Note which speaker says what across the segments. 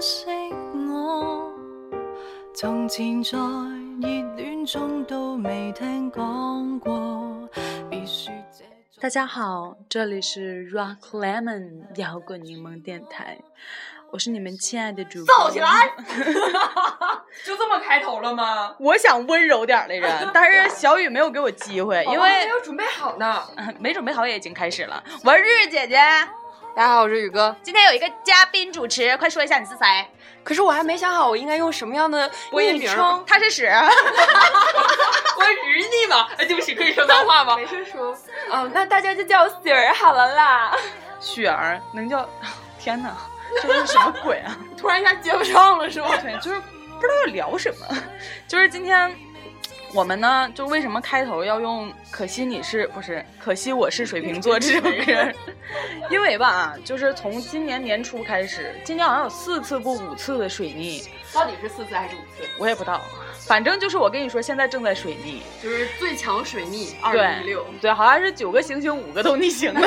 Speaker 1: 惜我。从前在热恋中都未听讲过，别说这种
Speaker 2: 大家好，这里是 Rock Lemon 摇滚柠檬电台，我是你们亲爱的主播。
Speaker 3: 燥起来！就这么开头了吗？
Speaker 4: 我想温柔点儿的人，但是小雨没有给我机会，因
Speaker 2: 哦
Speaker 3: 我还没
Speaker 4: 为
Speaker 3: 有准备好呢。
Speaker 5: 嗯
Speaker 2: 没准备好也已经开始了。我是日日姐姐，
Speaker 5: 大家好，我是宇哥。
Speaker 2: 今天有一个嘉宾主持，快说一下你是谁？
Speaker 5: 可是我还没想好我应该用什么样的
Speaker 3: 播音
Speaker 5: 名
Speaker 3: 名
Speaker 5: 儿。
Speaker 2: 他是屎。
Speaker 3: 我日你嘛！哎，对不起，可以说脏话吗？
Speaker 5: 没事说，嗯，那大家就叫我喜儿好了啦。
Speaker 2: 雪儿能叫？ 天哪，这是什么鬼啊？
Speaker 5: 突然一下接不上了是吧？
Speaker 2: 对，就是不知道聊什么。就是今天我们呢，就为什么开头要用“可惜你是不是？可惜我是水瓶座”这首歌？ 因为吧啊，就是从今年年初开始，今年好像有四次过五次的水逆，
Speaker 5: 到底是四次还是五次？
Speaker 2: 我也不知道。反正就是我跟你说，现在正在水逆，
Speaker 5: 就是最强水逆二
Speaker 2: 对
Speaker 5: 零一六。
Speaker 2: 对，好像是九个行星五个都逆行了。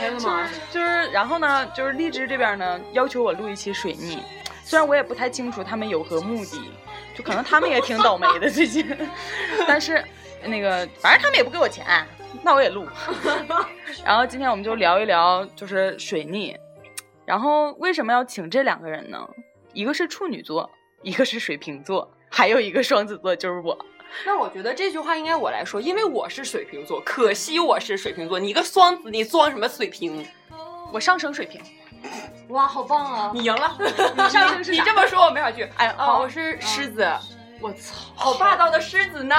Speaker 5: 哎呦我的妈呀！
Speaker 2: 就是，然后呢，就是荔枝这边呢要求我录一期水逆，虽然我也不太清楚他们有何目的，就可能他们也挺倒霉的最 近，但是那个反正他们也不给我钱，那我也 录。然后今天我们就聊一聊就是水逆，然后为什么要请这两个人呢？一个是处女座，一个是水瓶座，还有一个双子座就是我。
Speaker 5: 那我觉得这句话应该我来说，因为我是水瓶座。可惜我是水瓶座，你一个双子，你装什么水瓶？
Speaker 2: 我上升水瓶，
Speaker 3: 哇，好棒啊！
Speaker 5: 你赢了。
Speaker 2: 上升是
Speaker 5: 你
Speaker 2: 啥
Speaker 5: 这么说我没法去。
Speaker 2: 哎呀，
Speaker 5: 啊，我是狮子，
Speaker 2: 我操！
Speaker 5: 好霸道的狮子呢。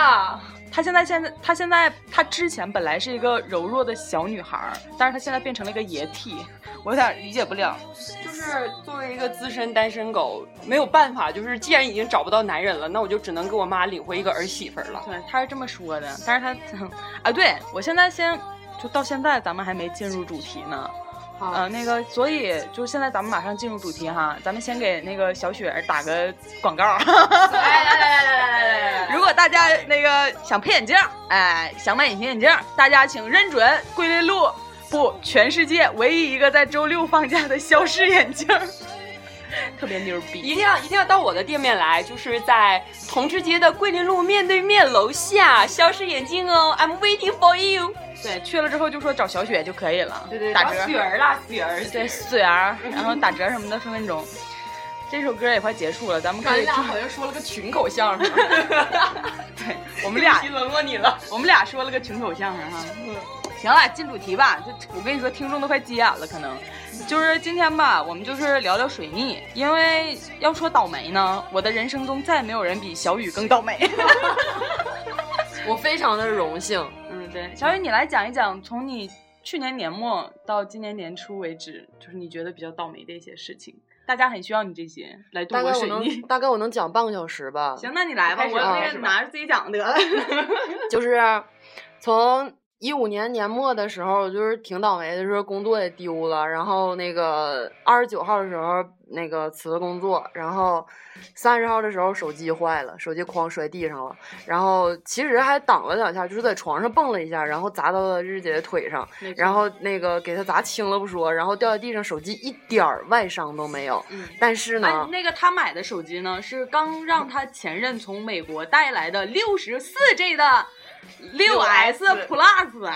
Speaker 2: 她现在现在，她现在，她之前本来是一个柔弱的小女孩儿，但是她现在变成了一个爷替，我有点理解不了。
Speaker 5: 就是作为一个资深单身狗，没有办法，就是既然已经找不到男人了，那我就只能给我妈领回一个儿媳妇儿了。
Speaker 2: 对，她是这么说的，但是她， 啊，对我现在先就到现在，咱们还没进入主题呢。呃，那个，所以就现在咱们马上进入主题哈，咱们先给那个小雪儿打个广告。
Speaker 5: 来来来来来来来来，
Speaker 2: 如果大家那个想配眼镜儿，哎，想买隐形眼镜儿，大家请认准桂林路不全世界唯一一个在周六放假的消失眼镜儿，特别牛
Speaker 5: 一
Speaker 2: 逼。
Speaker 5: 定要一定要到我的店面来，就是在同志街的桂林路面对面楼下，消失眼镜哦，I'm waiting for you。
Speaker 2: 对，去了之后就说找小雪就可以了，
Speaker 5: 对对，
Speaker 2: 打
Speaker 5: 雪
Speaker 2: 折，
Speaker 5: 儿啦，雪儿，
Speaker 2: 对，雪儿，然后打折什么的分分钟。这首歌也快结束了，咱们可以，
Speaker 5: 哎好像说了个群口相声，
Speaker 2: 对，我们 俩
Speaker 5: 冷落你了。嗯
Speaker 2: 我们俩说了个群口相声哈。 行了，进主题吧。就我跟你说，听众都快急眼了，可能就是今天吧，我们就是聊聊水逆，因为要说倒霉呢，我的人生中再没有人比小雨更倒霉。
Speaker 5: 我非常的荣幸，
Speaker 2: 嗯，对，小雨，你来讲一讲，从你去年年末到今年年初为止，就是你觉得比较倒霉的一些事情，大家很需要你这些来度
Speaker 6: 大
Speaker 2: 过
Speaker 6: 概我
Speaker 2: 水
Speaker 6: 能
Speaker 2: 逆。
Speaker 6: 大概我能讲半个小时吧。
Speaker 2: 行，那你来吧，
Speaker 5: 开始
Speaker 2: 我
Speaker 6: 吧
Speaker 2: 那
Speaker 6: 开
Speaker 2: 个
Speaker 5: 始吧
Speaker 2: 拿着自己讲得了。
Speaker 5: 啊
Speaker 6: 就是从一五年年末的时候，就是挺倒霉的，就是工作也丢了，然后那个二十九号的时候那个辞了工作，然后三十号的时候手机坏了，手机哐摔地上了，然后其实还挡了两下，就是在床上蹦了一下，然后砸到了日姐的腿上，然后那个给她砸青了不说，然后掉在地上，手机一点儿外伤都没有，
Speaker 2: 嗯
Speaker 6: 但是呢。
Speaker 2: 哎，那个他买的手机呢，是刚让他前任从美国带来的六十四 G 的六 S Plus，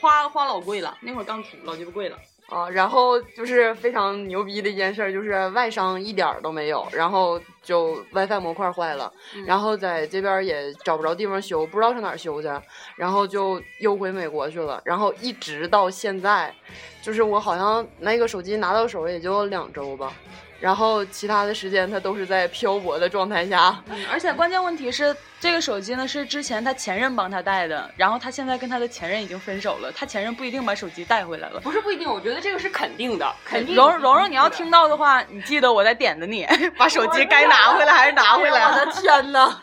Speaker 2: 花花老贵了，那会儿刚出，老鸡巴贵了。
Speaker 6: 啊，然后就是非常牛逼的一件事儿，就是外伤一点儿都没有，然后就 WiFi 模块坏了，然后在这边儿也找不着地方修，不知道上哪儿修去，然后就又回美国去了，然后一直到现在，就是我好像那个手机拿到手也就两周吧，然后其他的时间它都是在漂泊的状态下，
Speaker 2: 而且关键问题是，这个手机呢是之前他前任帮他带的，然后他现在跟他的前任已经分手了，他前任不一定把手机带回来了。
Speaker 5: 不是不一定，我觉得这个是肯定的，肯定。
Speaker 2: 蓉蓉蓉，你要听到的话，你记得我在点着你， 把手机该拿回来还是拿回来。啊我的天哪！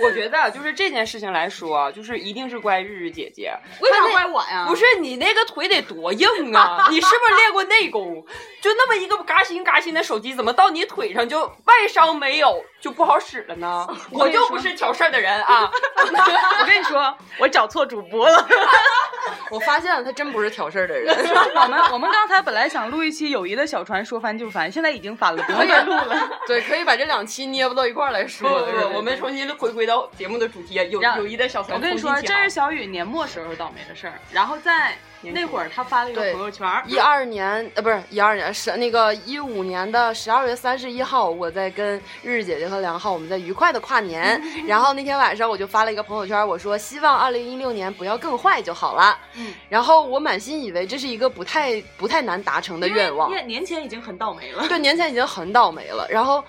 Speaker 5: 我觉得就是这件事情来说啊，就是一定是怪日日姐姐，
Speaker 2: 为
Speaker 5: 她
Speaker 2: 啥
Speaker 5: 那
Speaker 2: 怪我呀？
Speaker 5: 不是你那个腿得多硬 啊？你是不是练过内功？就那么一个嘎心嘎心的手机，怎么到你腿上就外伤没有就不好使了 呢？我就不是挑事儿的人啊！
Speaker 2: 我跟你说，我找错主播了。
Speaker 6: 我发现了，他真不是挑事儿的人。
Speaker 2: 我们我们刚才本来想录一期友谊的小船，说翻就翻，现在已经翻了，不用再录了。
Speaker 6: 对，可以把这两期捏不到一块儿来
Speaker 5: 不
Speaker 6: 说。
Speaker 5: 不
Speaker 6: 对对
Speaker 5: 不，
Speaker 6: 对
Speaker 5: 我们重新回归到节目的主题，有
Speaker 2: 让
Speaker 5: 友谊的小船。
Speaker 2: 我跟你说，这是小雨年末时候倒霉的事儿。然后在那会儿，他发了一个
Speaker 6: 对
Speaker 2: 朋友圈儿，
Speaker 6: 一二年呃不是一二年是那个一五年的十二月三十一号，我在跟日日姐姐和梁浩我们在愉快的跨年，然后那天晚上我就发了一个朋友圈，我说希望二零一六年不要更坏就好了。嗯，然后我满心以为这是一个不太不太难达成的愿望
Speaker 2: 因，为年前已经很倒霉了。
Speaker 6: 对，年前已经很倒霉了，然后。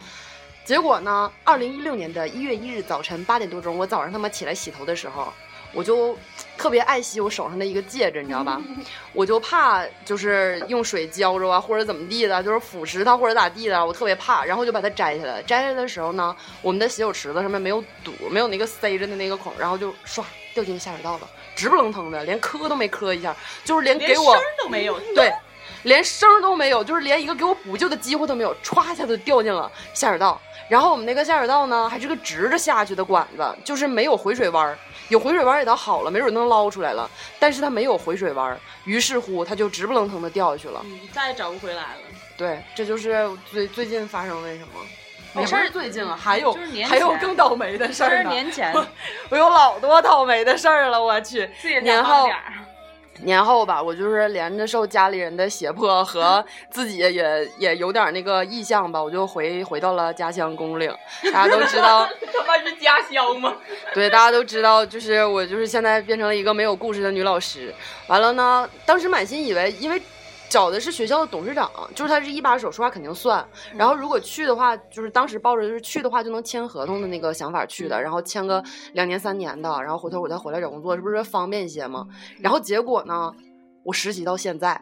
Speaker 6: 结果呢？二零一六年的一月一日早晨八点多钟，我早上他妈起来洗头的时候，我就特别爱惜我手上的一个戒指，你知道吧？我就怕就是用水浇着啊，或者怎么地的，就是腐蚀它或者咋地的，我特别怕，然后就把它摘下来。摘下来的时候呢，我们的洗手池子上面没有堵，没有那个塞着的那个孔，然后就唰掉进下水道了，直不楞腾的，连磕都没磕一下，就是连给我
Speaker 2: 都没有，
Speaker 6: 对，连声儿都没有，就是连一个给我补救的机会都没有，歘一下就掉进了下水道。然后我们那个下水道呢，还是个直着下去的管子，就是没有回水弯儿。有回水弯儿也倒好了，没准能捞出来了，但是它没有回水弯儿，于是乎它就直不楞腾的掉下去了。
Speaker 2: 再也找不回来了。
Speaker 6: 对，这就是最最近发生的那什么。
Speaker 2: 没
Speaker 6: 没
Speaker 2: 事
Speaker 6: 事
Speaker 2: 儿
Speaker 6: 儿，最近啊了，还有
Speaker 2: 就是年
Speaker 6: 还有
Speaker 2: 前
Speaker 6: 更倒霉的事
Speaker 2: 这
Speaker 6: 儿
Speaker 2: 是
Speaker 6: 呢。
Speaker 2: 年 前，
Speaker 6: 我有老多倒霉的事儿了，我去。
Speaker 2: 自己
Speaker 6: 年
Speaker 2: 放
Speaker 6: 后
Speaker 2: 点儿
Speaker 6: 年后吧，我就是连着受家里人的胁迫和自己也也有点那个意向吧，我就回回到了家乡公岭。大家都 知道，
Speaker 5: 他妈是家乡吗？
Speaker 6: 对，大家都知道，就是我就是现在变成了一个没有故事的女老师。完了呢，当时满心以为，因为找的是学校的董事长，就是他是一把手，说话肯定算。然后如果去的话，就是当时抱着就是去的话就能签合同的那个想法去的，然后签个两年三年的，然后回头我再回来找工作，是不是方便一些嘛？然后结果呢，我实习到现在。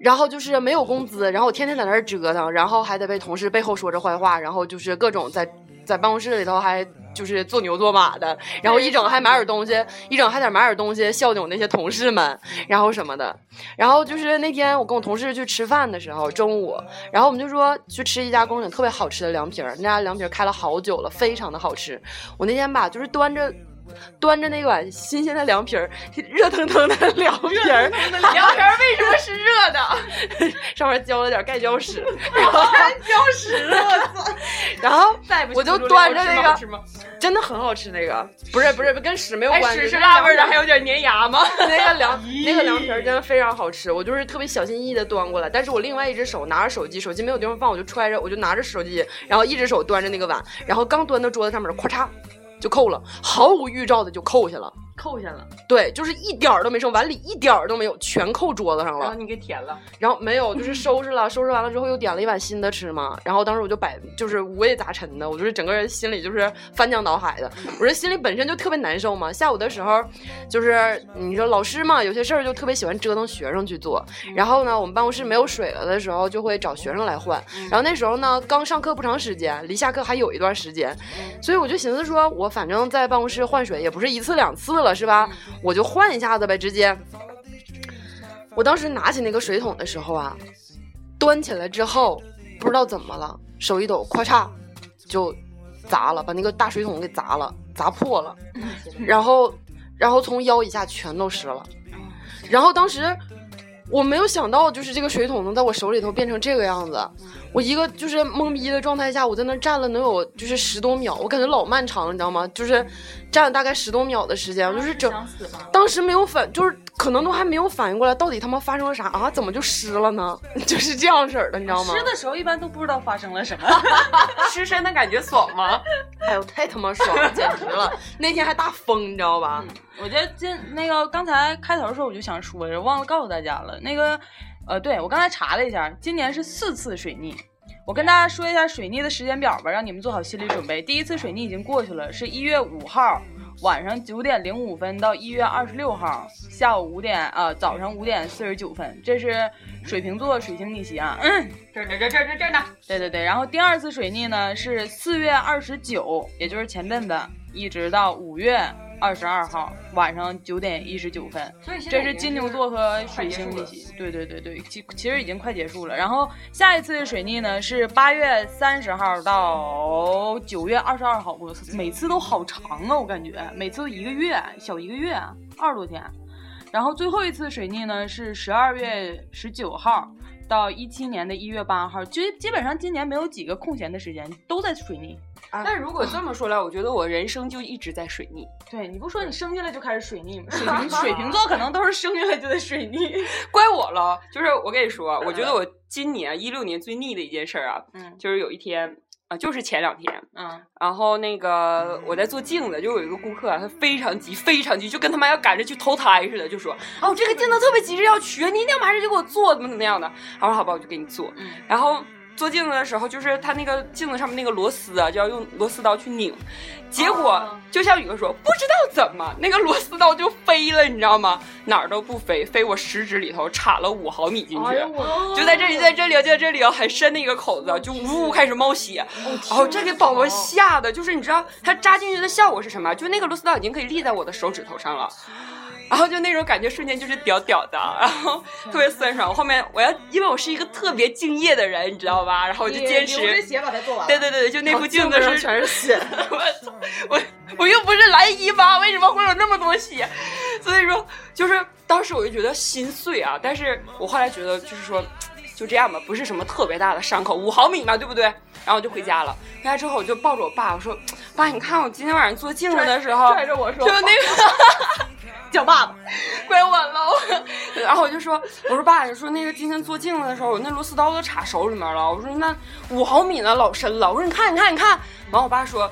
Speaker 6: 然后就是没有工资，然后我天天在那儿折腾，然后还得被同事背后说着坏话，然后就是各种在在办公室里头还就是做牛做马的，然后一整还买点东西，一整还得买点东西孝敬我那些同事们，然后什么的。然后就是那天我跟我同事去吃饭的时候，中午，然后我们就说去吃一家宫顶特别好吃的凉皮儿，那家凉皮儿开了好久了，非常的好吃。我那天吧，就是端着。端着那碗新鲜的凉皮儿，热腾腾的 凉皮儿，
Speaker 5: 凉皮儿为什么是热的？
Speaker 6: 上面浇了点盖 浇屎，然后盖浇屎， 我操！然后
Speaker 2: 再不
Speaker 6: 我就端着那个，真的很好吃那个，不是不是跟屎没有
Speaker 5: 哎，
Speaker 6: 关系，
Speaker 5: 屎是辣味儿的，还
Speaker 6: 有
Speaker 5: 有点粘 牙吗？
Speaker 6: 那个凉那个凉皮儿真的非常好吃，我就是特别小心翼翼的端过来，但是我另外一只手拿着手机，手机没有地方放，我就揣着，我就拿着手机，然后一只手端着那个碗，然后刚端到桌子上面，咔嚓就扣了，毫无预兆的就扣下了。
Speaker 2: 扣下了，
Speaker 6: 对，就是一点儿都没剩，碗里一点儿都没有，全扣桌子上了。
Speaker 5: 然后你给舔了，
Speaker 6: 然后没有，就是收拾了，收拾完了之后又点了一碗新的吃嘛。然后当时我就百就是五味杂陈的，我就是整个人心里就是翻江倒海的。我这心里本身就特别难受嘛。下午的时候，就是你说老师嘛，有些事儿就特别喜欢折腾学生去做。然后呢，我们办公室没有水了的时候，就会找学生来换。然后那时候呢，刚上课不长时间，离下课还有一段时间，所以我就寻思说，我反正在办公室换水也不是一次两次了，是吧？我就换一下子呗，直接。我当时拿起那个水桶的时候啊，端起来之后，不知道怎么了，手一抖，咔嚓就砸了，把那个大水桶给砸了，砸破了，然后，然后从腰以下全都湿了。然后当时我没有想到，就是这个水桶能在我手里头变成这个样子。我一个就是懵逼的状态下，我在那站了能有就是十多秒，我感觉老漫长了，你知道吗？就是站了大概十多秒的时间，我就是整。 当时没有反，就是可能都还没有反应过来，到底他妈发生了啥啊？怎么就湿了呢？ 就是这样式儿的，你知道吗？
Speaker 2: 吃的时候一般都不知道发生了 什么。
Speaker 5: 吃身的感觉爽吗？
Speaker 6: 哎呦，太他妈爽 了，简直了！那天还大风，你知道吧？
Speaker 2: 我觉得今那个刚才开头的时候我就想说，忘了告诉大家了。那个，呃，对我刚才查了一下，今年是四次水逆。我跟大家说一下水逆的时间表吧，让你们做好心理准备。第一次水逆已经过去了，是一月五号晚上九点零五分到一月二十六号下午五点，呃，早上五点四十九分。这是水瓶座水星逆袭啊。
Speaker 5: 这儿这儿这儿这儿这儿呢？
Speaker 2: 对对对，然后第二次水逆呢是四月二十九，也就是前阵子，一直到五月二十二号晚上九点一十九分。
Speaker 3: 所以现在
Speaker 2: 这是金牛座和水星逆行，对对对对，其其实已经快结束了。然后下一次的水逆呢是八月三十号到九月二十二号，我每次都好长啊，我感觉每次都一个月，小一个月，二十多天。然后最后一次水逆呢是十二月十九号到一七年的一月八号，基基本上今年没有几个空闲的时间，都在水逆。
Speaker 5: 但如果这么说来，我觉得我人生就一直在水 逆。
Speaker 2: 对，你不说你生下来就开始水逆吗？水瓶水瓶座可能都是生下来就在水逆。
Speaker 5: 怪我了，就是我跟你说，我觉得我今年一六年最腻的一件事儿啊，
Speaker 2: 嗯
Speaker 5: 就是有一天啊、就是前两天，
Speaker 2: 嗯，
Speaker 5: 然后那个我在做镜子，就有一个顾客、啊，他非常急，非常急，就跟他妈要赶着去投胎似的，就说啊，我这个镜子特别急着要取，你一定要马上就给我做，怎么怎么样的。然后我说好吧，我就给你做。
Speaker 2: 嗯
Speaker 5: 然后做镜子的时候，就是他那个镜子上面那个螺丝啊，就要用螺丝刀去拧，结果就像宇哥说，不知道怎么那个螺丝刀就飞了，你知道吗？哪儿都不飞，飞我食指里头插了五毫米
Speaker 2: 嗯
Speaker 5: 进
Speaker 6: 哎
Speaker 5: 去。就在这里，在这里，在这里啊，很深的一个口子，就呜呜开始冒血，哦，这给宝宝吓的，就是你知道它扎进去的效果是什么？啊就那个螺丝刀已经可以立在我的手指头上了。然后就那种感觉，瞬间就是屌屌的，啊然后特别酸爽。我后面我要，因为我是一个特别敬业的人，你知道吧？然后我就坚持，
Speaker 4: 鞋把它做完
Speaker 5: 对对对，就那副镜
Speaker 2: 哦
Speaker 5: 子是
Speaker 6: 全 是血。
Speaker 5: 我
Speaker 2: 啊
Speaker 5: 我我又不是蓝姨妈，为什么会有那么多血？所以说，就是当时我就觉得心碎啊，但是我后来觉得就是说，就这样吧，不是什么特别大的伤口，五毫米嘛，对不对？然后我就回家了，回家之后我就抱着我爸，我说：“爸，你看我今天晚上做镜子的时候，
Speaker 2: 着我说
Speaker 5: 就那个叫爸爸，怪我喽。然后我就说，我说爸，说那个今天做镜子的时候，我那螺丝刀都插手里面了。我说那五毫米呢，老深了。我说你看，你看，你看。完，我爸说，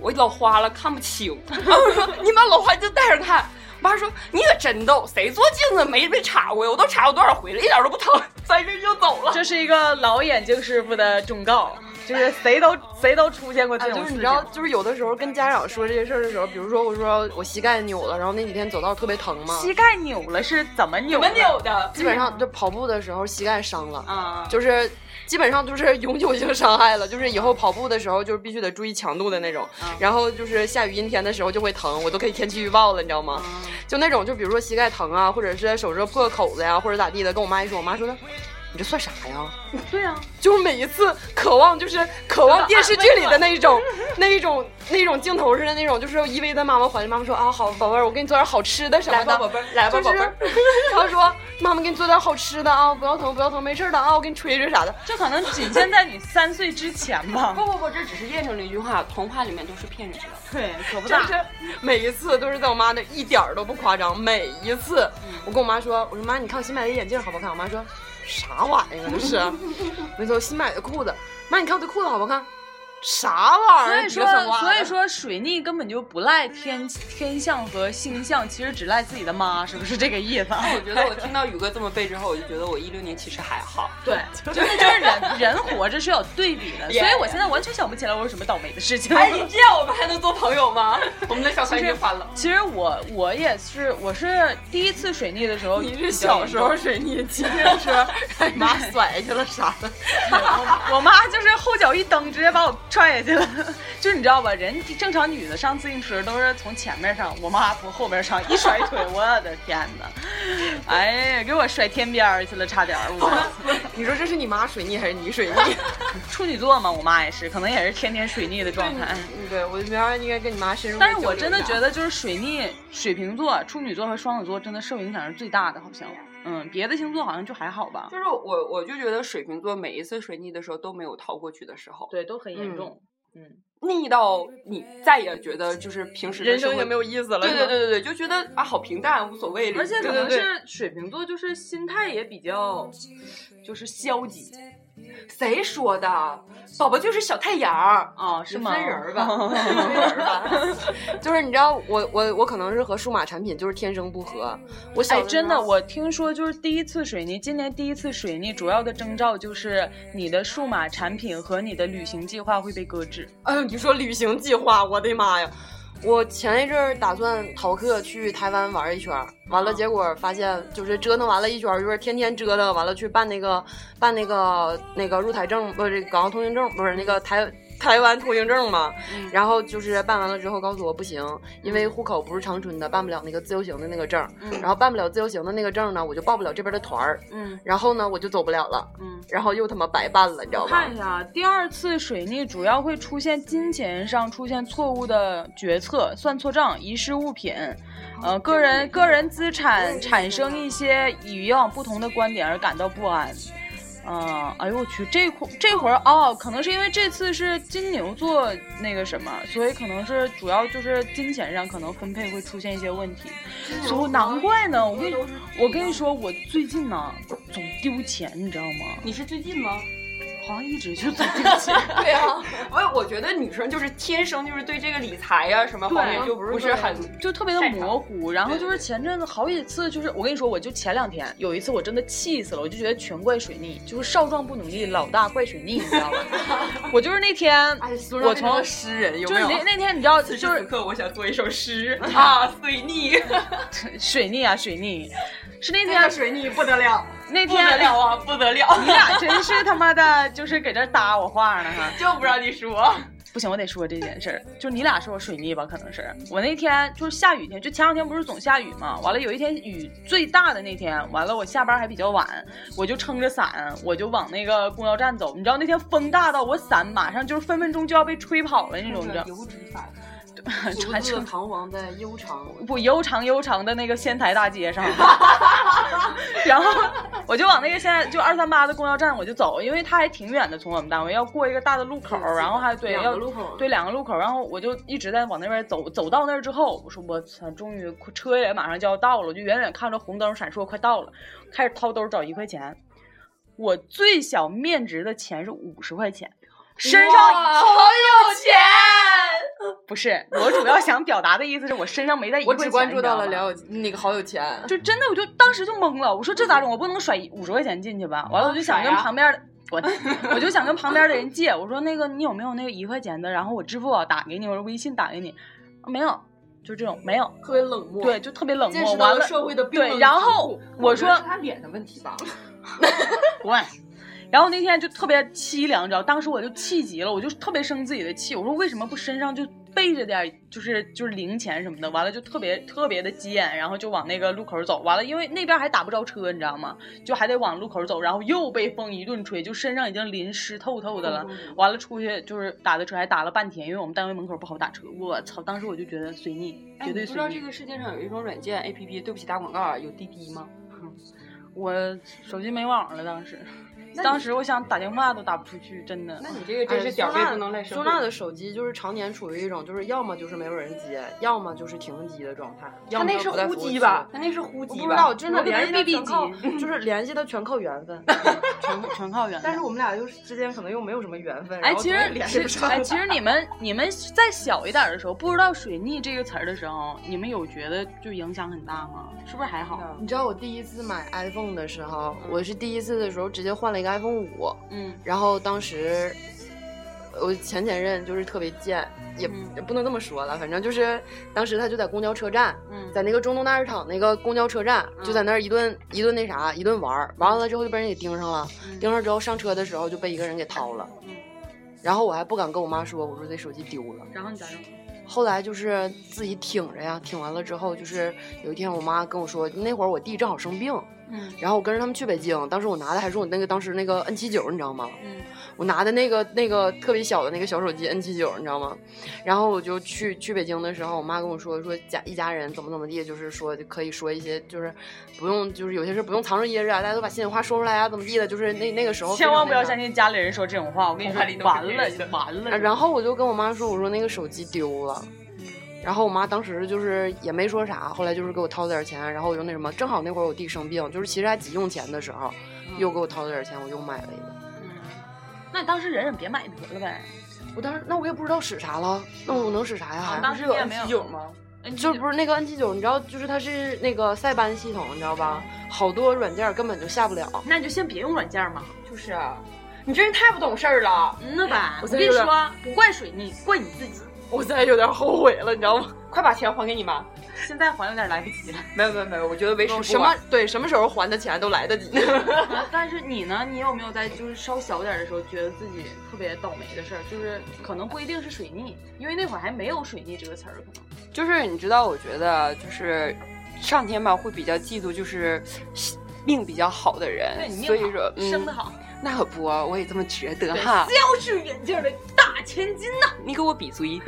Speaker 5: 我老花了，看不清。 然后我说你把老花镜戴上看。我爸说你可真逗，谁做镜子没被插过呀？我都插过多少回了，一点都不疼， 翻身就走了。
Speaker 2: 这是一个老眼睛师傅的忠告，就是谁都谁都出现过这种
Speaker 6: 就是
Speaker 2: 事情。
Speaker 6: 你知道，就是有的时候跟家长说这些事儿的时候，比如说我说我膝盖扭了，然后那几天走道特别疼嘛，
Speaker 2: 膝盖扭了是怎么扭？
Speaker 5: 怎么？扭的？
Speaker 6: 基本上就跑步的时候膝盖伤了，
Speaker 5: 啊，
Speaker 6: 就是基本上就是永久性伤害了，就是以后跑步的时候就是必须得注意强度的那种。
Speaker 2: 嗯
Speaker 6: 然后就是下雨阴天的时候就会疼，我都可以天气预报了，你知道吗？
Speaker 2: 嗯
Speaker 6: 就那种就比如说膝盖疼啊，或者是手指头破个口子呀、或者咋地的，跟我妈一说，我妈说的。你这算啥呀？
Speaker 2: 对啊，
Speaker 6: 就每一次渴望，就是渴望电视剧里的那 一种、那一种、那一种镜头似的那种，就是依偎在妈妈怀里，妈妈说啊，好宝贝儿，我给你做点好吃的什么
Speaker 5: 来
Speaker 6: 的，
Speaker 5: 吧宝贝儿
Speaker 6: 来吧
Speaker 5: 就是
Speaker 6: 宝贝儿。然后说妈妈给你做点好吃的啊，不要疼，不要疼，没事儿的啊，我给你吹吹啥的。
Speaker 2: 这可能仅限在你三岁之前吧。
Speaker 5: 不不不，这只是验证了一句话：童话里面都是骗人的。
Speaker 2: 对，可不
Speaker 6: 就
Speaker 2: 咋。
Speaker 6: 是每一次都是在我妈那，一点儿都不夸张。每一次，我跟我妈说，我说妈，你看我新买的眼镜好不好看？我妈说啥玩意儿啊这是？我说我新买的裤子，妈你看我这裤子好不好看？啥玩意
Speaker 2: 所以
Speaker 6: 儿？你这什么
Speaker 2: 说，
Speaker 6: 玩意
Speaker 2: 所以
Speaker 6: 儿
Speaker 2: 说水逆根本就不赖天天象和星象，其实只赖自己的妈，是不是这个意思啊？
Speaker 5: 我觉得我听到宇哥这么背之后，我就觉得我一六年其实还好。
Speaker 2: 对，就是就是人 人活着是有对比的，所以我现在完全想不起来我有什么倒霉的事情。
Speaker 5: 哎，你这样我们还能做朋友吗？ 我们的小团已经翻了。
Speaker 2: 其实我我也是，我是第一次水逆的时候，
Speaker 6: 你是小时候水泥骑自行车， 让你妈甩下去了啥的，
Speaker 2: 我我妈就是后脚一蹬，直接把我踹下去了。 就是你知道吧，人正常女的上自行车都是从前面上，我妈从后边上，一甩一腿， 我的天哪！哎呀，给我甩天边儿去了，差点儿。 我
Speaker 6: 你说这是你妈水逆还是你水逆？
Speaker 2: 处女座嘛，我妈也是，可能也是天天水逆的状态。
Speaker 6: 对，我明儿应该跟你妈深入。
Speaker 2: 但是我真的
Speaker 6: 啊
Speaker 2: 觉，得，就是水逆、水瓶座、处女座和双子座真的受影响是最大的，好像。嗯，别的星座好像就还好吧。
Speaker 5: 就是我，我就觉得水瓶座每一次水逆的时候都没有逃过去的时候，
Speaker 2: 对，都很
Speaker 6: 严重。
Speaker 5: 逆到你再也觉得就是平时的
Speaker 6: 人生
Speaker 5: 生
Speaker 6: 也没有意思了。
Speaker 5: 对
Speaker 6: 是
Speaker 5: 对
Speaker 6: 吧，
Speaker 5: 对对对，就觉得啊好平淡，无所谓了。
Speaker 2: 嗯而且可
Speaker 5: 对对
Speaker 2: 能
Speaker 5: 对，
Speaker 2: 是水瓶座，就是心态也比较，就是消极
Speaker 5: 谁说的？宝宝就是小太阳儿，
Speaker 2: 啊、是吗？
Speaker 5: 分人儿吧，分 人儿吧。
Speaker 6: 哦 就是你知道，我我我可能是和数码产品就是天生不合。我小
Speaker 2: 哎，
Speaker 6: 时
Speaker 2: 真的，
Speaker 6: 候
Speaker 2: 我听说就是第一次水泥，今年第一次水泥，主要的征兆就是你的数码产品和你的旅行计划会被搁置。
Speaker 6: 哎呦，你说旅行计划，我的妈呀！我前一阵儿打算逃课去台湾玩一圈儿，完了结果发现就是折腾完了一圈儿，就是天天折腾，完了去办那个办那个那个入台证，不是这个港澳通行证，不是那个台台湾通行证嘛，然后就是办完了之后告诉我不行，因为户口不是长春的，办不了那个自由行的那个证儿，然后办不了自由行的那个证儿呢，我就报不了这边的团儿，
Speaker 3: 嗯，
Speaker 6: 然后呢我就走不了了，
Speaker 3: 嗯，
Speaker 6: 然后又他妈白办了，你知道吗
Speaker 2: 看？一下啊，第二次水逆主要会出现金钱上出现错误的决策、算错账、遗失物品，呃，个人个人资产产生一些与以往不同的观点而感到不安。嗯、哎呦我去，这会这会儿哦，可能是因为这次是金牛座那个什么，所以可能是主要就是金钱上可能分配会出现一些问题，所以难怪呢。我跟你我跟你说，我最近呢总丢钱，你知道吗？
Speaker 5: 你是最近吗？
Speaker 2: 好像一直就总丢钱。
Speaker 5: 对啊，我我觉得女生就是天生就是对这个理财呀、什么方面就不是很
Speaker 2: 就特别的模糊。然后就是前阵子好几次，就是我跟你说，我就前两天有一次我真的气死了，我就觉得全怪水逆，就是少壮不努力，老大怪水逆，你知道 吧？我就是那天，
Speaker 5: 哎
Speaker 2: 我从
Speaker 5: 诗人有
Speaker 2: 就是那那天你知道，就
Speaker 5: 此
Speaker 2: 是
Speaker 5: 时此刻，我想做一首 诗啊，水逆，
Speaker 2: 水逆啊，水逆，是那
Speaker 3: 那
Speaker 2: 天
Speaker 3: 个水逆不得了，
Speaker 2: 那
Speaker 5: 不得
Speaker 2: 天。
Speaker 5: 了啊，不得了，
Speaker 2: 你俩真是他妈的，就是搁这搭我话呢哈！
Speaker 5: 就不让你说。
Speaker 2: 不行，我得说这件事儿，就你俩说我水逆吧，可能是我那天就是下雨天，就前两天不是总下雨嘛，完了有一天雨最大的那天，完了我下班还比较晚，我就撑着伞，我就往那个公交站走，你知道那天风大到我伞马上就是分分钟就要被吹跑了那种，你知 道，
Speaker 3: 油脂法，
Speaker 6: 竹
Speaker 2: 还撑
Speaker 6: 子彷徨在悠长，
Speaker 2: 不悠长悠长的那个仙台大 街上，然后我就往那个现在就二三八的公交站我就走，因为它还挺远的，从我们单位要过一个大的路口，然后还对
Speaker 6: 两
Speaker 2: 要
Speaker 6: 个路口，
Speaker 2: 对，两个路口，然后我就一直在往那边走，走到那儿之后，我说我操，终于快车也马上就要到了，我就远远看着红灯闪烁，快到了，开始掏兜找一块钱，我最小面值的钱是五十块钱，身上
Speaker 5: 好有钱，
Speaker 2: 不是我主要想表达的意思是我身上没带一
Speaker 6: 我
Speaker 2: 块钱，
Speaker 6: 只关注到了
Speaker 2: 你知道吗
Speaker 6: 了有那个好有钱，
Speaker 2: 就真的我就当时就懵了，我说这咋整？我不能甩五十块钱进去吧？完了我就想跟
Speaker 5: 甩啊
Speaker 2: 旁边的。 我我就想跟旁边的人借，我说那个你有没有那个一块钱的？然后我支付宝打给你，我说微信打给你，没有，就这种没有，
Speaker 3: 特别冷漠，
Speaker 2: 对，就特别冷
Speaker 3: 见
Speaker 2: 漠。
Speaker 3: 识到
Speaker 2: 完
Speaker 3: 了
Speaker 2: 了，
Speaker 3: 社会的冰冷
Speaker 2: 对，然后我
Speaker 3: 觉
Speaker 2: 说
Speaker 3: 得是他脸的问题吧，
Speaker 2: 喂，然后那天就特别凄凉，你知道，当时我就气急了，我就特别生自己的气，我说为什么不身上就备着点儿，就是就是零钱什么的，完了就特别特别的急眼，然后就往那个路口走，完了因为那边还打不着车，你知道吗？就还得往路口走，然后又被风一顿吹，就身上已经淋湿透透的了。
Speaker 5: 嗯
Speaker 2: 完了出去就是打的车，还打了半天，因为我们单位门口不好打车。我操！当时我就觉得随逆，
Speaker 5: 哎，
Speaker 2: 绝
Speaker 5: 你
Speaker 2: 对
Speaker 5: 不知道
Speaker 2: 随
Speaker 5: 这
Speaker 2: 逆。
Speaker 5: 个世界上有一种软件 A P P，对不起打广告，啊，有滴滴吗？
Speaker 2: 我手机没网了，当时，当时我想打电话都打不出去，真的。
Speaker 5: 那你这个真是点儿背不能赖社
Speaker 6: 呃苏
Speaker 5: 会。
Speaker 6: 娜的手机就是常年处于一种就是要么就是没有人接，要么就是停机的状态。要
Speaker 5: 他
Speaker 6: 么
Speaker 5: 那
Speaker 6: 就是不在
Speaker 5: 呼
Speaker 6: 服务
Speaker 5: 机
Speaker 6: 区
Speaker 5: 吧？？他那是呼
Speaker 6: 我
Speaker 5: 机吧？
Speaker 6: 不知道，真的
Speaker 5: 我可能是
Speaker 6: 联系他
Speaker 5: BB
Speaker 6: 全靠
Speaker 5: 机。
Speaker 6: 就是联系他全靠缘分。
Speaker 2: 全全靠 缘分。
Speaker 6: 但是我们俩又是之间可能又没有什么缘分，
Speaker 2: 哎，
Speaker 6: 然后
Speaker 2: 其
Speaker 6: 总也
Speaker 2: 实
Speaker 6: 联系不
Speaker 2: 其实
Speaker 6: 上。
Speaker 2: 哎，其实你们你们在小一点儿的时候，不知道“水逆”这个词儿的时候，你们有觉得就影响很大吗？是不是还好？
Speaker 6: 你知道我第一次买 iPhone 的时候，我是第一次的时候直接换了一个 iPhone 五，
Speaker 2: 嗯，
Speaker 6: 然后当时我前前任就是特别贱，也
Speaker 2: 嗯
Speaker 6: 也不能这么说了，反正就是当时他就在公交车站，
Speaker 2: 嗯
Speaker 6: 在那个中东大市场那个公交车站，就在那儿一顿一顿那啥，一顿玩儿，玩完了之后就被人给盯上了，盯上之后上车的时候就被一个人给掏了，
Speaker 2: 嗯
Speaker 6: 然后我还不敢跟我妈说，我说这手机丢了。
Speaker 2: 然后你咋整？
Speaker 6: 后来就是自己挺着呀，挺完了之后，就是有一天我妈跟我说，那会儿我弟正好生病，
Speaker 2: 嗯，
Speaker 6: 然后我跟着他们去北京，当时我拿的还是我那个当时那个 N 七九，你知道吗？
Speaker 2: 嗯，
Speaker 6: 我拿的那个那个特别小的那个小手机 N 七九，你知道吗？然后我就去去北京的时候，我妈跟我说说家一家人怎么怎么地，就是说就可以说一些就是不用就是有些事不用藏着掖着啊，大家都把心里话说出来啊，怎么地的，就是那那个时候
Speaker 2: 千万不要
Speaker 6: 相信。
Speaker 2: 相信家里人说这种话，我跟你说
Speaker 5: 恐怕你，都
Speaker 2: 完
Speaker 5: 是
Speaker 2: 了
Speaker 5: 这
Speaker 2: 就
Speaker 5: 样
Speaker 2: 完了。
Speaker 6: 然后我就跟我妈说，我说那个手机丢了。然后我妈当时就是也没说啥，后来就是给我掏了点钱，啊然后我就那什么，正好那会儿我弟生病，就是其实还急用钱的时候，
Speaker 2: 嗯
Speaker 6: 又给我掏了点钱，我又买了一个。
Speaker 2: 那你当时忍忍，别买得了呗。
Speaker 6: 我当时那我也不知道使啥了，那我能使啥呀？还、
Speaker 2: 当时你也没有
Speaker 5: 有吗？
Speaker 2: 哎
Speaker 6: 就不是那个 N 七九，你知道，就是它是那个塞班系统，你知道吧？好多软件根本就下不了。
Speaker 2: 那你就先别用软件嘛。
Speaker 5: 就是啊，你真是太不懂事儿了。
Speaker 2: 嗯那吧，
Speaker 6: 我
Speaker 2: 我
Speaker 6: 现
Speaker 2: 跟你
Speaker 6: 在有点
Speaker 2: 说，不怪水逆，怪你自己。
Speaker 6: 我现在有点后悔了，你知道吗？
Speaker 5: 快把钱还给你妈！哦
Speaker 2: 现在还有点来不及了。
Speaker 5: 没有没有没有，我觉得为时不晚。
Speaker 6: 什么对什么时候还的钱都来得及。
Speaker 4: 啊但是你呢？你有没有在就是稍小点儿的时候，觉得自己特别倒霉的事儿？就是可能不一定是水逆，因为那会儿还没有水逆这个词儿，可能
Speaker 5: 就是你知道，我觉得就是上天吧，会比较嫉妒，就是命比较好的人，所以说、嗯、
Speaker 4: 生的好，
Speaker 5: 那可不，我也这么觉得哈。
Speaker 4: 要是眼镜儿的大千金 呐，
Speaker 5: 你给我闭嘴！
Speaker 4: 你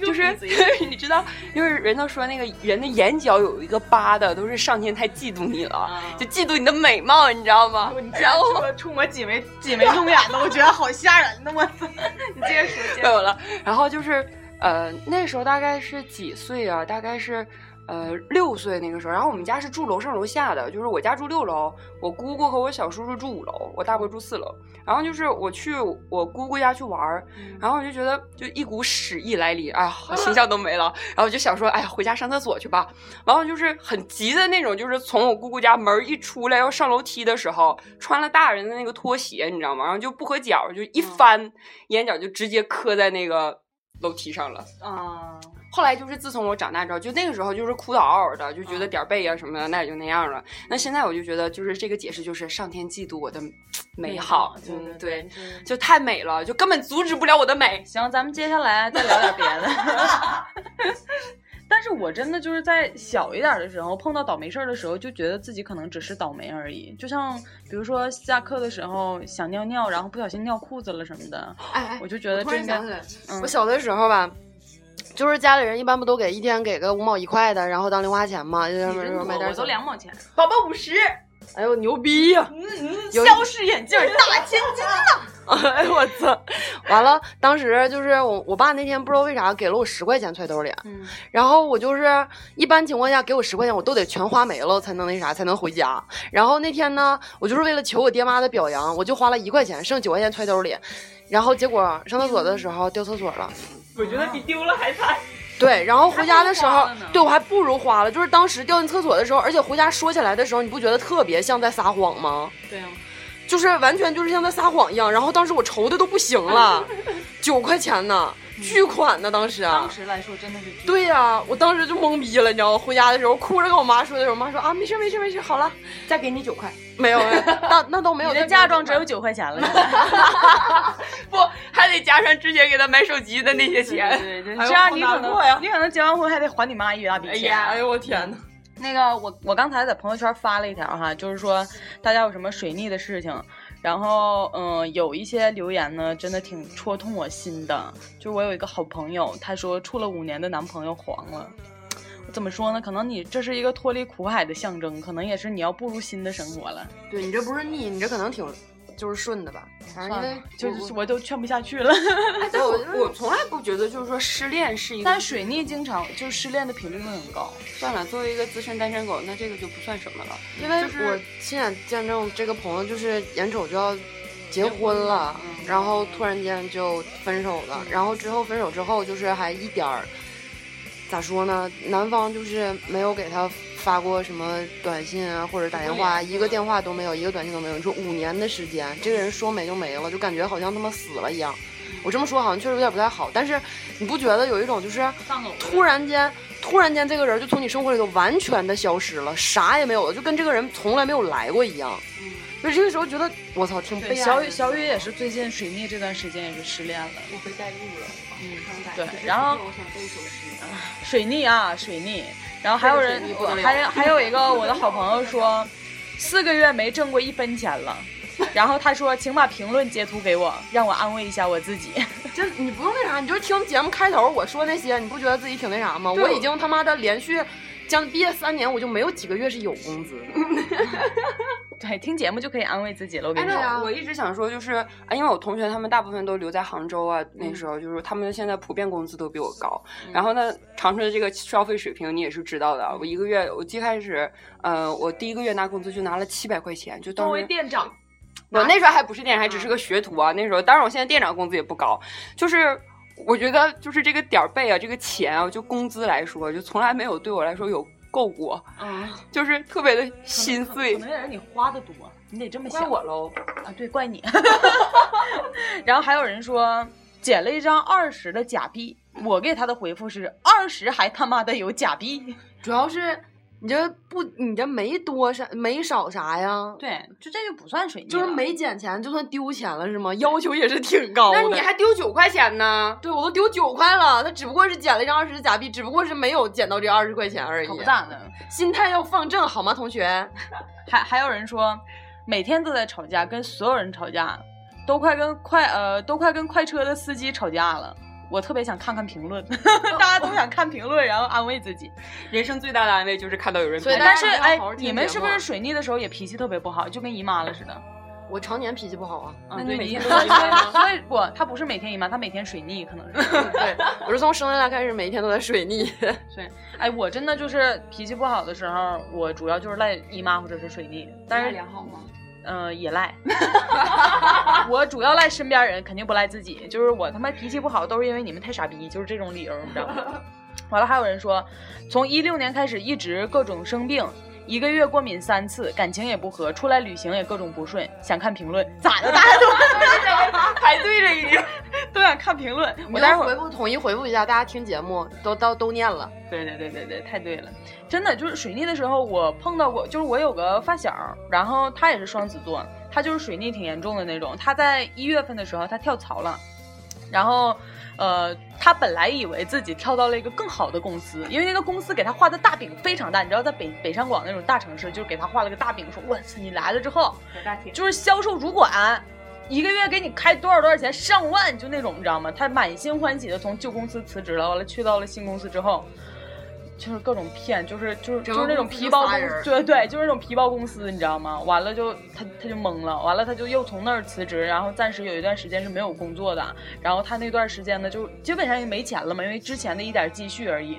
Speaker 4: 给
Speaker 5: 就
Speaker 4: 我
Speaker 5: 是
Speaker 4: 闭 嘴
Speaker 5: 你知道，就是人都说那个人的眼角有一个疤的，都是上天太嫉妒你了，
Speaker 4: 啊
Speaker 5: 就嫉妒你的美貌，你知道吗？然后
Speaker 2: 说触摸挤眉挤眉弄眼的，我觉得好吓人的，我操！
Speaker 4: 你接着说，接着
Speaker 5: 没 有了。然后就是呃，那时候大概是几岁啊？大概是呃六岁那个时候。然后我们家是住楼上楼下的，就是我家住六楼，我姑姑和我小叔叔住五楼，我大伯住四楼。然后就是我去我姑姑家去玩儿，然后我就觉得就一股屎意来临，哎呀，我形象都没了。然后我就想说，哎呀，回家上厕所去吧。然后就是很急的那种，就是从我姑姑家门一出来要上楼梯的时候，穿了大人的那个拖鞋，你知道吗？然后就不合脚，就一翻，眼角就直接磕在那个楼梯上了。
Speaker 4: 啊，
Speaker 5: 后来就是自从我长大之后，就那个时候就是哭得嗷嗷的，就觉得点儿背啊什么的，那也就那样了。那现在我就觉得，就是这个解释就是上天嫉妒我的美好，
Speaker 4: 对
Speaker 5: 嗯，
Speaker 4: 对
Speaker 5: 对，，就太美了，就根本阻止不了我的美。
Speaker 2: 行，咱们接下来再聊点别的。 但是我真的就是在小一点的时候碰到倒霉事儿的时候，就觉得自己可能只是倒霉而已。就像比如说下课的时候想尿尿，然后不小心尿裤子了什么的，
Speaker 6: 哎哎
Speaker 2: 我就觉得
Speaker 6: 突
Speaker 2: 这
Speaker 6: 然
Speaker 2: 应该
Speaker 6: 想起来，
Speaker 2: 嗯
Speaker 6: 我小的时候吧，就是家里人一般不都给一天给个五毛一块的，然后当零花钱嘛，就是
Speaker 4: 你真多
Speaker 6: 买点
Speaker 4: 我都
Speaker 6: 小
Speaker 4: 两毛钱，
Speaker 6: 宝宝五十。哎呦，牛 逼呀、有一
Speaker 4: 消逝眼镜儿大千金呐，
Speaker 6: 哎呦我操！完了，当时就是我我爸那天不知道为啥给了我十块钱揣兜里，
Speaker 4: 嗯
Speaker 6: 然后我就是一般情况下给我十块钱，我都得全花没了才能那啥，才能回家。然后那天呢，我就是为了求我爹妈的表扬，我就花了一块钱，剩九块钱揣兜里。然后结果上厕所的时候掉厕所了，
Speaker 3: 我觉得比丢了还惨。
Speaker 6: 对，然后回家的时候
Speaker 4: 还不如花了呢，
Speaker 6: 对我还不如花了。就是当时掉进厕所的时候，而且回家说起来的时候，你不觉得特别像在撒谎吗？
Speaker 4: 对啊，
Speaker 6: 就是完全就是像在撒谎一样。然后当时我愁的都不 行了，九块钱呢，巨款呢，当时。啊
Speaker 4: 当时来说真的是巨
Speaker 6: 对呀、我当时就懵逼了，你知道吗？回家的时候哭着跟我妈说的时候，我妈说啊，没事没事没事，好了，
Speaker 5: 再给你九块，
Speaker 6: 没有，没 有那那都没有。
Speaker 2: 你的嫁妆 只有九块 钱了。
Speaker 5: 不还得加上之前给他买手机的那些钱。
Speaker 2: 对对，
Speaker 6: 哎呦
Speaker 2: 这样你
Speaker 6: 好
Speaker 2: 可
Speaker 6: 难
Speaker 2: 能
Speaker 6: 过呀
Speaker 2: 你可能结完婚还得还你妈一大笔
Speaker 5: 哎
Speaker 2: 钱。
Speaker 5: 呀，哎呦我
Speaker 6: 天哪！
Speaker 2: 那个我我刚才在朋友圈发了一条哈，就是说大家有什么水逆的事情，然后嗯、呃有一些留言呢，真的挺戳痛我心的。就是我有一个好朋友，她说处了五年的男朋友黄了。怎么说呢？可能你这是一个脱离苦海的象征，可能也是你要步入新的生活了。
Speaker 6: 对你这不是逆，你这可能挺就是顺的吧？反正因为
Speaker 2: 就是啊我都劝不下去了。
Speaker 6: 哎
Speaker 5: 但我我从来不觉得就是说失恋是一个
Speaker 2: 但水逆经常就是失恋的频率会很高。
Speaker 5: 算了，作为一个资深单身狗，那这个就不算什么了。
Speaker 6: 因为
Speaker 5: 就是
Speaker 6: 我亲眼见证这个朋友，就是眼瞅就要结婚嗯了，然后突然间就分手了，然后之后分手之后就是还一点儿，咋说呢？男方就是没有给他发过什么短信啊，或者打电话，一个电话都没有，一个短信都没有。你说五年的时间，这个人说没就没了，就感觉好像他妈死了一样。我这么说好像确实有点不太好，但是你不觉得有一种就是
Speaker 4: 丧偶
Speaker 6: 突然间，突然间这个人就从你生活里头完全的消失了，啥也没有了，就跟这个人从来没有来过一样。就这个时候觉得我操，挺悲哀的。
Speaker 2: 小雨小雨也是最近水逆这段时间也是失恋了。
Speaker 3: 我被带入了，嗯
Speaker 2: 对然后
Speaker 3: 我想背一首诗。
Speaker 2: 水逆啊，水逆。然后还有人
Speaker 5: 这个水逆不得，了
Speaker 2: 还有还有一个我的好朋友说，四个月没挣过一分钱了。然后他说，请把评论截图给我，让我安慰一下我自己。
Speaker 6: 就你不用那啥，你就听节目开头我说那些，你不觉得自己挺那啥吗？我已经他妈的连续将毕业三年，我就没有几个月是有工资
Speaker 5: 嗯
Speaker 6: 的。
Speaker 2: 对，听节目就可以安慰自己了。我跟
Speaker 5: 哎，
Speaker 2: 你说，
Speaker 5: 那我一直想说，就是啊，因为我同学他们大部分都留在杭州啊，那时候就是他们现在普遍工资都比我高。然后呢，长春的这个消费水平你也是知道的啊。我一个月，我最开始，呃，我第一个月拿工资就拿了七百块钱，就
Speaker 4: 作
Speaker 5: 当
Speaker 4: 为
Speaker 5: 时
Speaker 4: 店长，
Speaker 5: 我那时候还不是店长，还只是个学徒啊。那时候，当然我现在店长工资也不高，就是。我觉得就是这个点儿背啊，这个钱啊，就工资来说，就从来没有对我来说有够过，
Speaker 4: 嗯，
Speaker 5: 就是特别的心碎
Speaker 2: 可。能也是你花的多，你得这么
Speaker 5: 怪
Speaker 2: 想
Speaker 5: 我喽，
Speaker 2: 啊，对，怪你。然后还有人说，捡了一张二十的假币。我给他的回复是二十还他妈的有假币，
Speaker 6: 主要是你这不，你这没多啥，没少啥呀，
Speaker 2: 对，就这就不算水逆，
Speaker 6: 就是。没捡钱，就算丢钱了是吗？要求也是挺高的。
Speaker 5: 那你还丢九块钱呢？
Speaker 6: 对我都丢九块了，他只不过是捡了一张二十的假币，只不过是没有捡到这二十块钱而已
Speaker 2: 可。不咋的，
Speaker 6: 心态要放正，好吗，同学？
Speaker 2: 还还有人说，每天都在吵架，跟所有人吵架，都快跟快呃都快跟快车的司机吵架了。我特别想看看评论， 大家都想看评论，然后安慰自己。
Speaker 5: 人生最大的安慰就是看到有人
Speaker 6: 所以
Speaker 5: 陪
Speaker 6: 大
Speaker 2: 但
Speaker 6: 家
Speaker 2: 是
Speaker 6: 一定要
Speaker 2: 哎
Speaker 6: 好好，听
Speaker 2: 你们
Speaker 6: 节
Speaker 2: 是不是
Speaker 6: 目啊
Speaker 2: 水逆的时候也脾气特别不好，就跟姨妈了似的？
Speaker 6: 我常年脾气不好啊，
Speaker 5: 那
Speaker 2: 嗯，
Speaker 5: 你
Speaker 2: 对，
Speaker 5: 每
Speaker 2: 姨
Speaker 5: 天
Speaker 2: 妈
Speaker 5: 都是姨妈
Speaker 2: 所以不，她不是每天姨妈，她每天水逆，可能是。
Speaker 6: 对 我是从生下来开始，每天都在水逆。
Speaker 2: 哎，我真的就是脾气不好的时候，我主要就是赖姨妈或者是水逆，但是
Speaker 4: 良好吗？
Speaker 2: 呃 也赖，我主要赖身边人，肯定不赖自己。就是我他妈脾气不好，都是因为你们太傻逼，就是这种理由，你知道吗？ 完了，还有人说，从一六年开始一直各种生病，一个月过敏三次，感情也不和，出来旅行也各种不顺。想看评论，咋的？大 家都
Speaker 5: 排队了已经。
Speaker 2: 都想啊看评论。我
Speaker 6: 我
Speaker 2: 待
Speaker 6: 待
Speaker 2: 会
Speaker 6: 会
Speaker 2: 儿
Speaker 6: 儿回复统一回复一下，大家听节目都都都念了。
Speaker 2: 对对对对对，太对了，真的就是水逆的时候，我碰到过，就是我有个发小，然后他也是双子座，他就是水逆挺严重的那种。他在一月份的时候，他跳槽了，然后，呃，他本来以为自己跳到了一个更好的公司，因为那个公司给他画的大饼非常大，你知道，在北北上广那种大城市，就是给他画了个大饼，说，我操，你来了之后，
Speaker 4: 大铁
Speaker 2: 就是销售主管，一个月给你开多少多少钱，上万，就那种，你知道吗？他满心欢喜的从旧公司辞职了，完了去到了新公司之后，就是各种骗，就是就是就
Speaker 6: 整个
Speaker 2: 是那种
Speaker 6: 公司
Speaker 2: 皮
Speaker 6: 就
Speaker 2: 包
Speaker 6: 仨
Speaker 2: 公
Speaker 6: 人
Speaker 2: 司，对对，就是那种皮包公司，你知道吗？完了就他他就懵了，完了他就又从那儿辞职，然后暂时有一段时间是没有工作的，然后他那段时间呢，就基本上也没钱了嘛，因为之前的一点积蓄而已，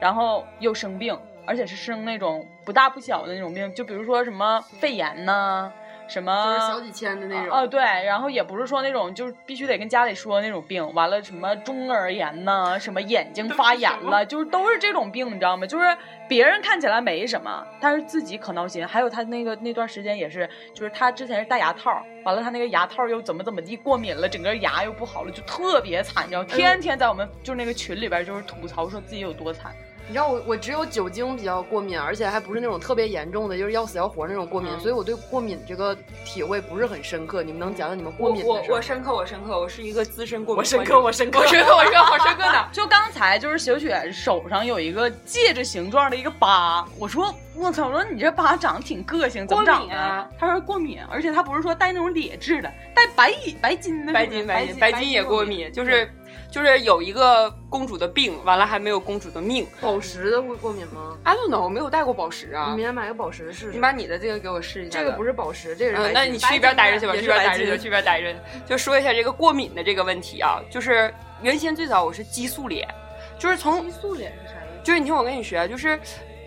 Speaker 2: 然后又生病，而且是生那种不大不小的那种病，就比如说什么肺炎呐、什么
Speaker 6: 就是小几千的那种。
Speaker 2: 哦，对，然后也不是说那种就是必须得跟家里说那种病，完了什么中耳炎呐、什么眼睛发炎了，就是都是这种病，你知道吗？就是别人看起来没什么，但是自己可闹心。还有他那个那段时间也是，就是他之前是戴牙套，完了他那个牙套又怎么怎么地过敏了，整个牙又不好了，就特别惨，你知道，
Speaker 6: 哎
Speaker 2: 天天在我们就是那个群里边就是吐槽说自己有多惨。。
Speaker 6: 你知道我我只有酒精比较过敏，而且还不是那种特别严重的，就是要死要活那种过敏，所以我对过敏这个体会不是很深刻。你们能讲讲你们过
Speaker 5: 我
Speaker 6: 敏
Speaker 5: 我
Speaker 6: 的事儿
Speaker 5: 我深刻，我深刻，我是一个资深过敏。
Speaker 6: 我深刻我深刻
Speaker 5: 我深刻，我深刻，好深刻呢
Speaker 2: 啊就刚才就是小雪手上有一个戒指形状的一个疤，我说我操，我说你这疤长得挺个性，怎么长
Speaker 4: 过
Speaker 2: 的？
Speaker 4: 敏啊
Speaker 2: 他说过敏，而且他不是说戴那种劣质的，戴白银白金的，
Speaker 5: 白金白金
Speaker 2: 金
Speaker 5: 白金也过。敏，就是就是有一个公主的病，完了还没有公主的命。
Speaker 6: 宝石的会过敏吗？
Speaker 5: I don't know，我没有戴过宝石啊
Speaker 6: 你。明天买个宝石试
Speaker 5: 你
Speaker 6: 试。
Speaker 5: 把你的这个给我试一下吧。
Speaker 6: 这个不是宝石，这个是白
Speaker 5: 嗯，
Speaker 6: 金、
Speaker 5: 那你去一边待着去吧，
Speaker 6: 也
Speaker 5: 去一
Speaker 6: 是
Speaker 5: 边
Speaker 6: 白
Speaker 5: 待着
Speaker 6: 金
Speaker 5: 去，去一边待着去。就说一下这个过敏的这个问题啊，就是原先最早我是激素脸，就是从
Speaker 4: 激素脸是啥意思？
Speaker 5: 就是你听我跟你学，就是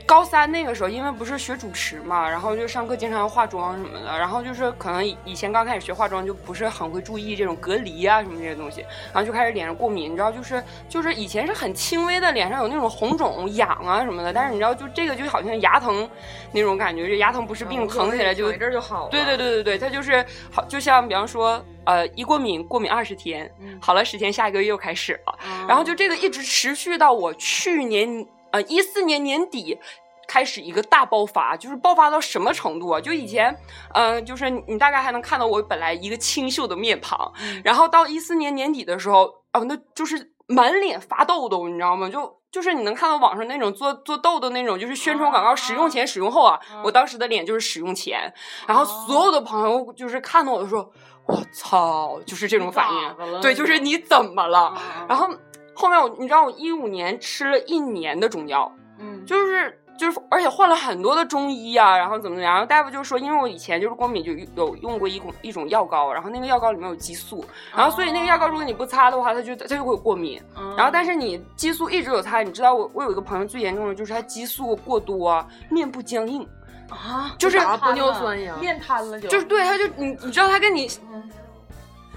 Speaker 5: 高三那个时候，因为不是学主持嘛，然后就上课经常要化妆什么的，然后就是可能以以前刚开始学化妆就不是很会注意这种隔离啊什么这些东西，然后就开始脸上过敏，你知道就是就是以前是很轻微的脸上有那种红肿痒啊什么的，但是你知道就这个就好像牙疼那种感觉，就牙疼不是病，疼起来就
Speaker 6: 躺一阵儿就好了。
Speaker 5: 对对对对对，它就是好，就像比方说，呃，一过敏过敏二十天，好了十天，下一个月又开始了，然后就这个一直持续到我去年，呃，一四年年底。开始一个大爆发，就是爆发到什么程度啊？就以前，嗯、就是你大概还能看到我本来一个清秀的面庞，然后到一四年年底的时候，哦、那就是满脸发痘痘，你知道吗？就就是你能看到网上那种做做痘的那种，就是宣传广告使用前、使用后啊，
Speaker 2: 哦
Speaker 5: 我当时的脸就是使用前，然后所有的朋友就是看到我的时候，我操，就是这种反应，对，就是你怎么了？
Speaker 2: 啊
Speaker 5: 然后后面我，你知道我一五年吃了一年的中药，
Speaker 4: 嗯，
Speaker 5: 就是就是，而且换了很多的中医啊，然后怎么怎么样，然后大夫就说，因为我以前就是过敏，就有有用过一种一种药膏，然后那个药膏里面有激素，然后所以那个药膏如果你不擦的话，它就它就会过敏。然后但是你激素一直有擦，你知道我我有一个朋友最严重的就是他激素过多，面部僵硬，
Speaker 2: 啊，
Speaker 5: 就是
Speaker 6: 打玻尿酸一样。
Speaker 2: 面瘫了就
Speaker 5: 就是对，他就你你知道他跟你，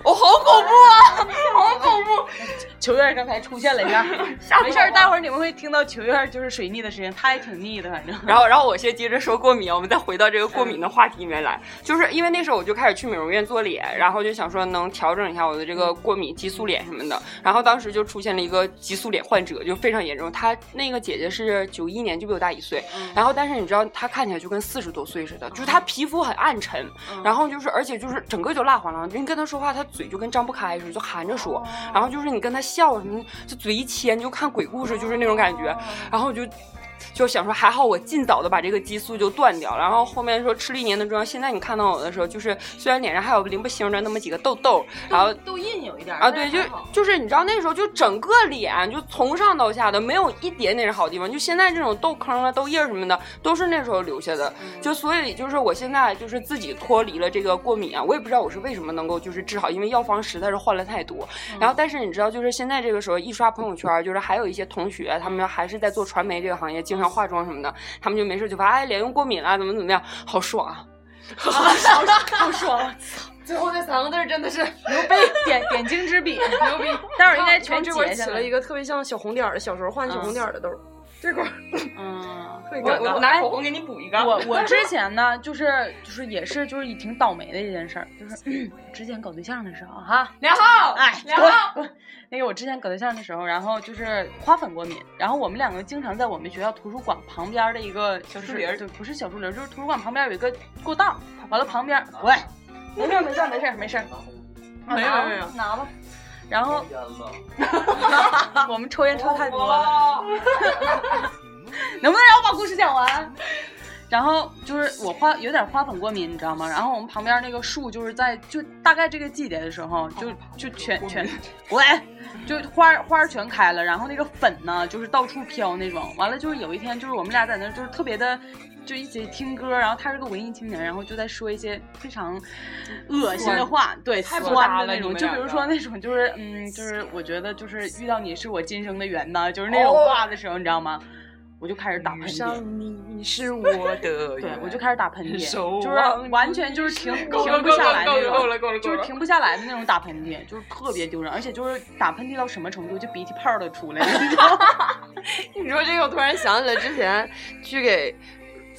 Speaker 5: 我、好恐怖啊，好恐怖！
Speaker 2: 球院刚才出现了一 下，没事儿，待会儿你们会听到球院就是水逆的事情，他也挺逆的，反正。
Speaker 5: 然后，然后我先接着说过敏啊，我们再回到这个过敏的话题里面来，就是因为那时候我就开始去美容院做脸，然后就想说能调整一下我的这个过敏激素脸什么的。然后当时就出现了一个激素脸患者，就非常严重。她那个姐姐是九一年，就比我大一岁，然后但是你知道她看起来就跟四十多岁似的，就是她皮肤很暗沉，然后就是而且就是整个就蜡黄了，人跟她说话，她嘴就跟张不开似的，就含着说。然后就是你跟她笑什么，就嘴一牵，就看鬼故事，就是那种感
Speaker 2: 哦
Speaker 5: 觉。然后我就就想说，还好我尽早的把这个激素就断掉。然后后面说吃了一年的中药，现在你看到我的时候，就是虽然脸上还有淋不星的那么几个痘痘，然后
Speaker 4: 痘印有一点儿
Speaker 5: 啊，
Speaker 4: 但
Speaker 5: 对，
Speaker 4: 是
Speaker 5: 就
Speaker 4: 还好
Speaker 5: 就是你知道那时候就整个脸就从上到下的没有一点点好地方，就现在这种痘坑啊、痘印儿什么的都是那时候留下的。就所以就是我现在就是自己脱离了这个过敏啊，我也不知道我是为什么能够就是治好，因为药方实在是换了太多。然后但是你知道就是现在这个时候一刷朋友圈儿，就是还有一些同学他们还是在做传媒这个行业，经常化妆什么的，他们就没事就发哎脸又过敏了，怎么怎么样，好爽啊！
Speaker 6: 最后那三个字儿真的是
Speaker 2: 牛逼，点点睛之笔，牛逼！待会儿应该全
Speaker 6: 这块
Speaker 2: 截
Speaker 6: 起
Speaker 2: 下
Speaker 6: 了
Speaker 2: 来
Speaker 6: 一。 个特别像小红点儿的，小时候画小红点儿的痘儿，这块儿
Speaker 4: 嗯，
Speaker 6: 特别
Speaker 5: 我
Speaker 6: 尴
Speaker 5: 我
Speaker 6: 尬。
Speaker 5: 拿口红给你补一个，
Speaker 2: 我我之前呢，就是就是也是就是挺倒霉的一件事儿，就是 之前搞对象的时候哈，
Speaker 5: 梁浩，
Speaker 2: 哎，
Speaker 5: 梁
Speaker 2: 滚
Speaker 5: 浩
Speaker 2: 滚 那个我之前搞对象的时候，然后就是花粉过敏，然后我们两个经常在我们学校图书馆旁边的一个小
Speaker 5: 树林儿
Speaker 2: 对，不是小树林儿，就是图书馆旁边有一个过道，完了旁边，喂，没事儿没事儿没事儿没事儿，
Speaker 6: 没有
Speaker 2: 拿吧
Speaker 6: 没有
Speaker 2: 拿吧。然后 我们抽烟抽太多了。能不能让我把故事讲完？然后就是我花有点花粉过敏，你知道吗？然后我们旁边那个树就是在就大概这个季节的时
Speaker 5: 哦
Speaker 2: 候，就就全全滚，就花儿花儿全开了，然后那个粉呢就是到处飘那种。完了就是有一天就是我们俩在那儿就是特别的。就一起听歌，然后他是个文艺青年，然后就在说一些非常恶心的 话，对，
Speaker 5: 太不搭
Speaker 2: 酸的
Speaker 5: 了
Speaker 2: 那种。
Speaker 5: 你们
Speaker 2: 就比
Speaker 5: 两
Speaker 2: 如
Speaker 5: 个
Speaker 2: 说那种，就是嗯，就是我觉得就是遇到你是我今生的缘呐，就是那种
Speaker 5: 哦
Speaker 2: 话的时候，你知道吗？我就开始打喷嚏。
Speaker 6: 你是我的
Speaker 2: 对，我就开始打喷嚏，
Speaker 5: 手
Speaker 2: 就是完全就是停
Speaker 5: 够
Speaker 2: 停
Speaker 5: 了
Speaker 2: 不
Speaker 5: 够
Speaker 2: 下
Speaker 5: 了
Speaker 2: 来
Speaker 5: 够
Speaker 2: 那
Speaker 5: 了够
Speaker 2: 种，
Speaker 5: 了够了够
Speaker 2: 就是
Speaker 5: 了，
Speaker 2: 停不下来的那种打喷嚏，就是特别丢人，而且就是打喷嚏到什么程度，就鼻涕泡儿都出来了，你 知道吗？
Speaker 6: 你说这个，我突然想起来之前去给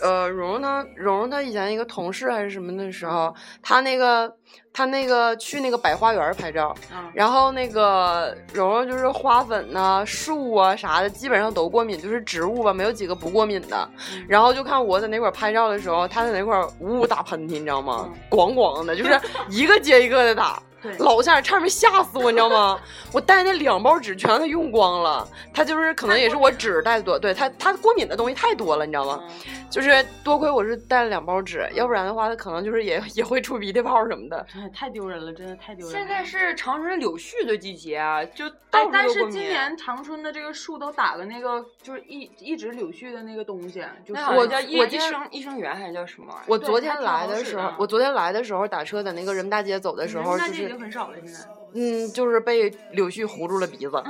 Speaker 6: 呃蓉蓉她蓉蓉她以前一个同事还是什么的时候，她那个她那个去那个百花园儿拍照，
Speaker 4: 嗯
Speaker 6: 然后那个蓉蓉就是花粉呐、树啊啥的，基本上都过敏，就是植物吧，没有几个不过敏的。
Speaker 4: 嗯
Speaker 6: 然后就看我在那块儿拍照的时候，她在那块儿呜呜打喷嚏，你知道吗？
Speaker 4: 嗯
Speaker 6: 咣咣的， 就是一个接一个的打。老吓人，差点没吓死我，你知 道吗？我带那两包纸全让他用光了，他就是可能也是我纸带的
Speaker 4: 嗯
Speaker 6: 多，对他他过敏的东西太多了，你知道吗？就是多亏我是带了两包纸，
Speaker 4: 嗯
Speaker 6: 要不然的话他可能就是也 也会出鼻涕泡什么的。
Speaker 2: 哎太丢人了，真的太丢人了。
Speaker 5: 现在是长春柳絮的季节啊，就到
Speaker 4: 哎
Speaker 5: 处，
Speaker 4: 但
Speaker 5: 都
Speaker 4: 是
Speaker 5: 过
Speaker 4: 今
Speaker 5: 敏
Speaker 4: 年长春的这个树都打了那个，就是一一直柳絮的那个东西，就是嗯
Speaker 5: 那好像
Speaker 6: 我
Speaker 5: 叫
Speaker 6: 一
Speaker 5: 益
Speaker 6: 我
Speaker 5: 益
Speaker 6: 今儿
Speaker 5: 生益生元还是叫什么玩啊意儿？
Speaker 6: 我昨天
Speaker 4: 还挺
Speaker 6: 来
Speaker 4: 好
Speaker 6: 的
Speaker 4: 使
Speaker 6: 时候
Speaker 4: 的，嗯
Speaker 6: 我昨天来的时候打车在那个人民大街走的时候，
Speaker 4: 那这
Speaker 6: 就
Speaker 4: 已
Speaker 6: 是
Speaker 4: 经很少了，现在。
Speaker 6: 嗯，就是被柳絮糊住了鼻子。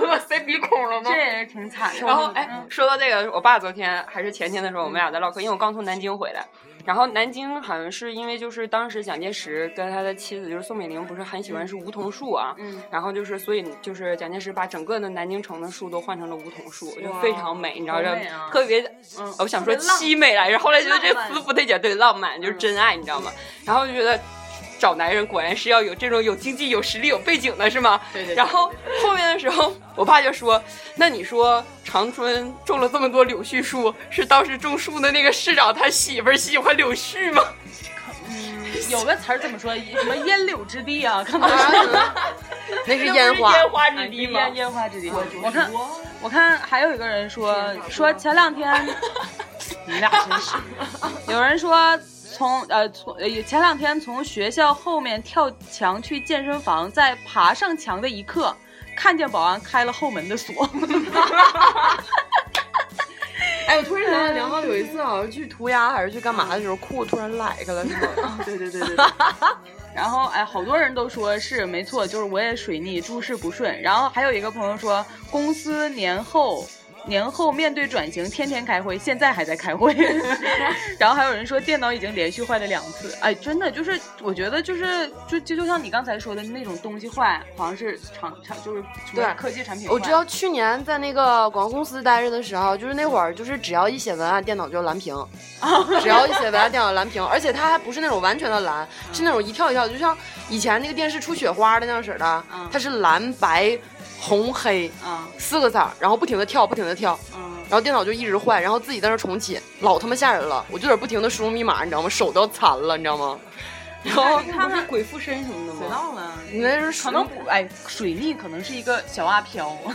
Speaker 5: 我塞鼻孔了吗
Speaker 2: 这也是挺惨的。
Speaker 5: 然后
Speaker 4: 嗯
Speaker 5: 哎，说到这个，我爸昨天还是前天的时候，我们俩在唠嗑，因为我刚从南京回来。然后南京好像是因为就是当时蒋介石跟他的妻子就是宋美龄不是很喜欢是梧桐树啊，
Speaker 4: 嗯
Speaker 5: 然后就是所以就是蒋介石把整个的南京城的树都换成了梧桐树，就非常美，你知道
Speaker 4: 好
Speaker 5: 这
Speaker 4: 美啊
Speaker 5: 特别，
Speaker 2: 嗯
Speaker 5: 我想说凄美来着，后来觉得这
Speaker 4: 浪漫
Speaker 5: 词不对劲儿，对，浪漫就是真爱，你知道吗？然后就觉得找男人果然是要有这种有经济、有实力、有背景的，是吗？
Speaker 4: 对对对
Speaker 5: 然后后面的时候，我爸就说：“那你说长春种了这么多柳絮树，是当时种树的那个市长他媳妇儿喜欢柳絮 吗
Speaker 2: 有个词儿怎么说？什么烟柳之地啊？看到
Speaker 6: 那是？”
Speaker 5: 那不
Speaker 6: 烟花，
Speaker 5: 烟花之地吗？
Speaker 2: 烟烟花之地。我看我看还有一个人说说前两 天，你俩真是，有人说从呃从呃前两天从学校后面跳墙去健身房，在爬上墙的一刻，看见保安开了后门的锁。
Speaker 6: 哎，我突然想起梁浩有一次好像去涂鸦还是去干嘛的时候，裤突然崴开了，是吗？
Speaker 2: 对对对对对。然后哎，好多人都说是没错，就是我也水逆，诸事不顺。然后还有一个朋友说，公司年后年后面对转型，天天开会，现在还在开会。然后还有人说电脑已经连续坏了两次，哎，真的就是，我觉得就是就就就像你刚才说的那种东西坏，好像是厂厂就是什么
Speaker 6: 对
Speaker 2: 科技产品坏。
Speaker 6: 我知道去年在那个广告公司待着的时候，就是那会儿，就是只要一写文案，电脑就蓝屏，只要一写文案，电脑蓝屏，而且它还不是那种完全的蓝，是那种一跳一跳，就像以前那个电视出雪花的那样式儿的
Speaker 2: 嗯，
Speaker 6: 它是蓝白红黑
Speaker 2: 啊，
Speaker 6: 四个色儿，然后不停的跳，不停的跳，
Speaker 2: 嗯，
Speaker 6: 然后电脑就一直坏，然后自己在那儿重启，老他妈吓人了，我就在那儿不停的输入密码，你知道吗？手都要残了，你知道吗？然
Speaker 4: 哦
Speaker 6: 后
Speaker 2: 你看看
Speaker 5: 鬼附身什么的
Speaker 2: 谁？到
Speaker 4: 啊
Speaker 2: 了？
Speaker 6: 你那是属
Speaker 2: 可 能不哎，水逆可能是一个小阿飘，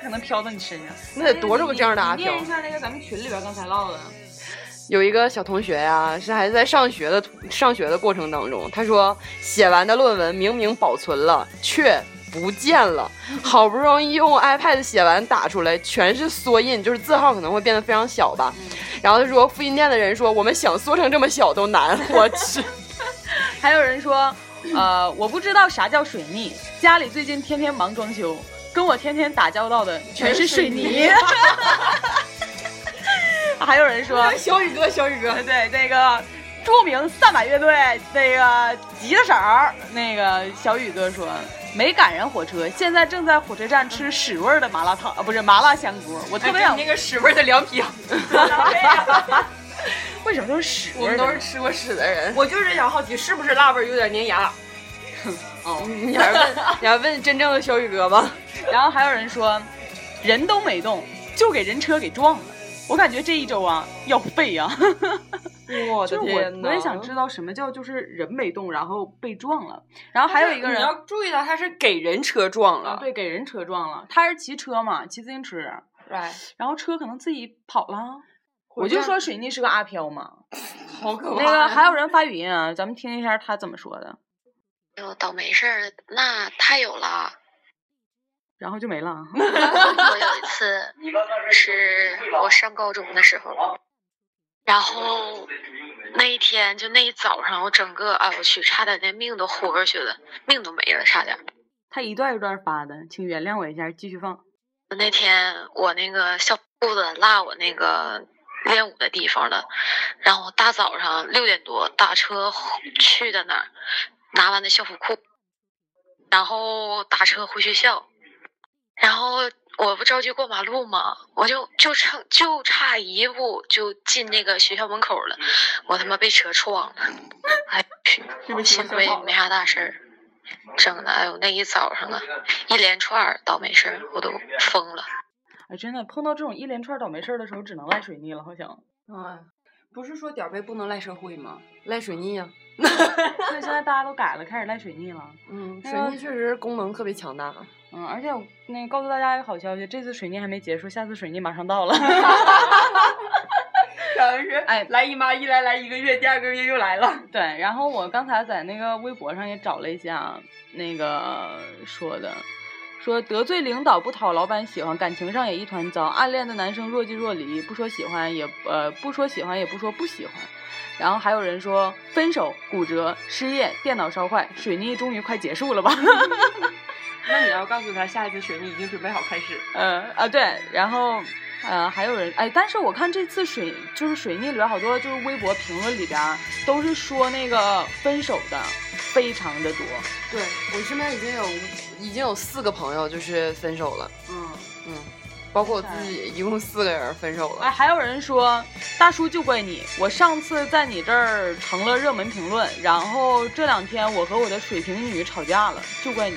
Speaker 2: 可能飘到你身上。
Speaker 6: 那得多少个这样的阿
Speaker 4: 你
Speaker 6: 飘
Speaker 4: 念？一下那个咱们群里边刚才唠的，
Speaker 6: 有一个小同学呀、是还在上学的上学的过程当中，他说写完的论文明明保存了，却不见了，好不容易用 iPad 写完打出来，全是缩印，就是字号可能会变得非常小吧。然后他说复印店的人说，我们想缩成这么小都 难，我去。
Speaker 2: 还有人 说，呃，我不知道啥叫水逆，家里最近天天忙装修，跟我天天打交道的全是水泥。 还有人说，呃
Speaker 5: 小宇哥，小宇哥，
Speaker 2: 对那个著名三把乐队那个吉他手儿，那个小宇哥说没赶上火车，现在正在火车站吃屎味儿的麻辣烫，啊，不是麻辣香锅，我特别想
Speaker 6: 哎
Speaker 5: 那个屎味儿的凉皮，
Speaker 2: 为什么都是屎
Speaker 6: 啊我
Speaker 2: 味儿
Speaker 6: 们
Speaker 2: 的？
Speaker 6: 都是吃过屎的人，
Speaker 5: 我就是想好奇是不是辣味儿有点粘牙。
Speaker 4: 哦
Speaker 6: 你还问你还问真正的小宇哥 吧？
Speaker 2: 然后还有人说，人都没动，就给人车给撞了。我感觉这一周啊要废啊！
Speaker 6: 哎我
Speaker 2: 就是我我也想知道什么叫就是人没动，然后被撞了。然后还有一个人
Speaker 5: 你要注意到他是给人车撞
Speaker 2: 啊，
Speaker 5: 了，
Speaker 2: 对，给人车撞了。他是骑车嘛，骑自行车，然后车可能自己跑了。我就说水逆是个阿飘嘛。
Speaker 5: 好可
Speaker 2: 那个还有人发语音啊，咱们听一下他怎么说的，
Speaker 7: 有哦倒霉事儿，那太有了。
Speaker 2: 然后就没了 啊。
Speaker 7: 我有一次是我上高中的时候，然后那一天就那一早上，我整个哎我去，差点那命都豁出去了，命都没了，差点。
Speaker 2: 他一段一段发的，请原谅我一下，继续放。
Speaker 7: 那天我那个校裤子落我那个练舞的地方了，然后我大早上六点多打车去的那儿，拿完的校服裤，然后打车回学校，然后我不着急过马路嘛，我就就差就差一步就进那个学校门口了，我他妈被车撞了，哎，
Speaker 2: 是不是
Speaker 7: 幸亏没啥大事儿。整的，哎呦，那一早上啊，一连串儿倒霉事儿，我都疯了。
Speaker 2: 哎，真的碰到这种一连串倒霉事儿的时候，只能赖水逆了，好像。
Speaker 5: 嗯不是说点儿背不能赖社会吗？
Speaker 6: 赖水逆呀、
Speaker 2: 所以现在大家都改了，开始赖水逆了。
Speaker 6: 嗯，
Speaker 2: 那
Speaker 6: 水
Speaker 2: 个
Speaker 6: 逆确实功能特别强大。
Speaker 2: 嗯，而且我那个告诉大家一个好消息，这次水逆还没结束，下次水逆马上到了。
Speaker 5: 然后是
Speaker 2: 哎
Speaker 5: 来姨妈一来来一个月，第二个月又来了。
Speaker 2: 对，然后我刚才在那个微博上也找了一下那个说的，说得罪领导不讨老板喜欢，感情上也一团糟，暗恋的男生若即若离，不说喜欢也呃不说喜欢也不说不喜欢。然后还有人说分手、骨折、失业、电脑烧坏，水逆终于快结束了吧？
Speaker 5: 那你要告诉他，下一次水逆已经准备好开始。
Speaker 2: 呃啊对，然后呃还有人哎，但是我看这次水就是水逆里边好多就是微博评论里边儿都是说那个分手的非常的多，
Speaker 6: 对我身边已经有已经有四个朋友就是分手了，
Speaker 2: 嗯。
Speaker 6: 嗯，包括我自己，一共四个人分手
Speaker 2: 哎，
Speaker 6: 了。
Speaker 2: 还有人说，大叔就怪你，我上次在你这儿成了热门评论，然后这两天我和我的水瓶女吵架了，就怪你。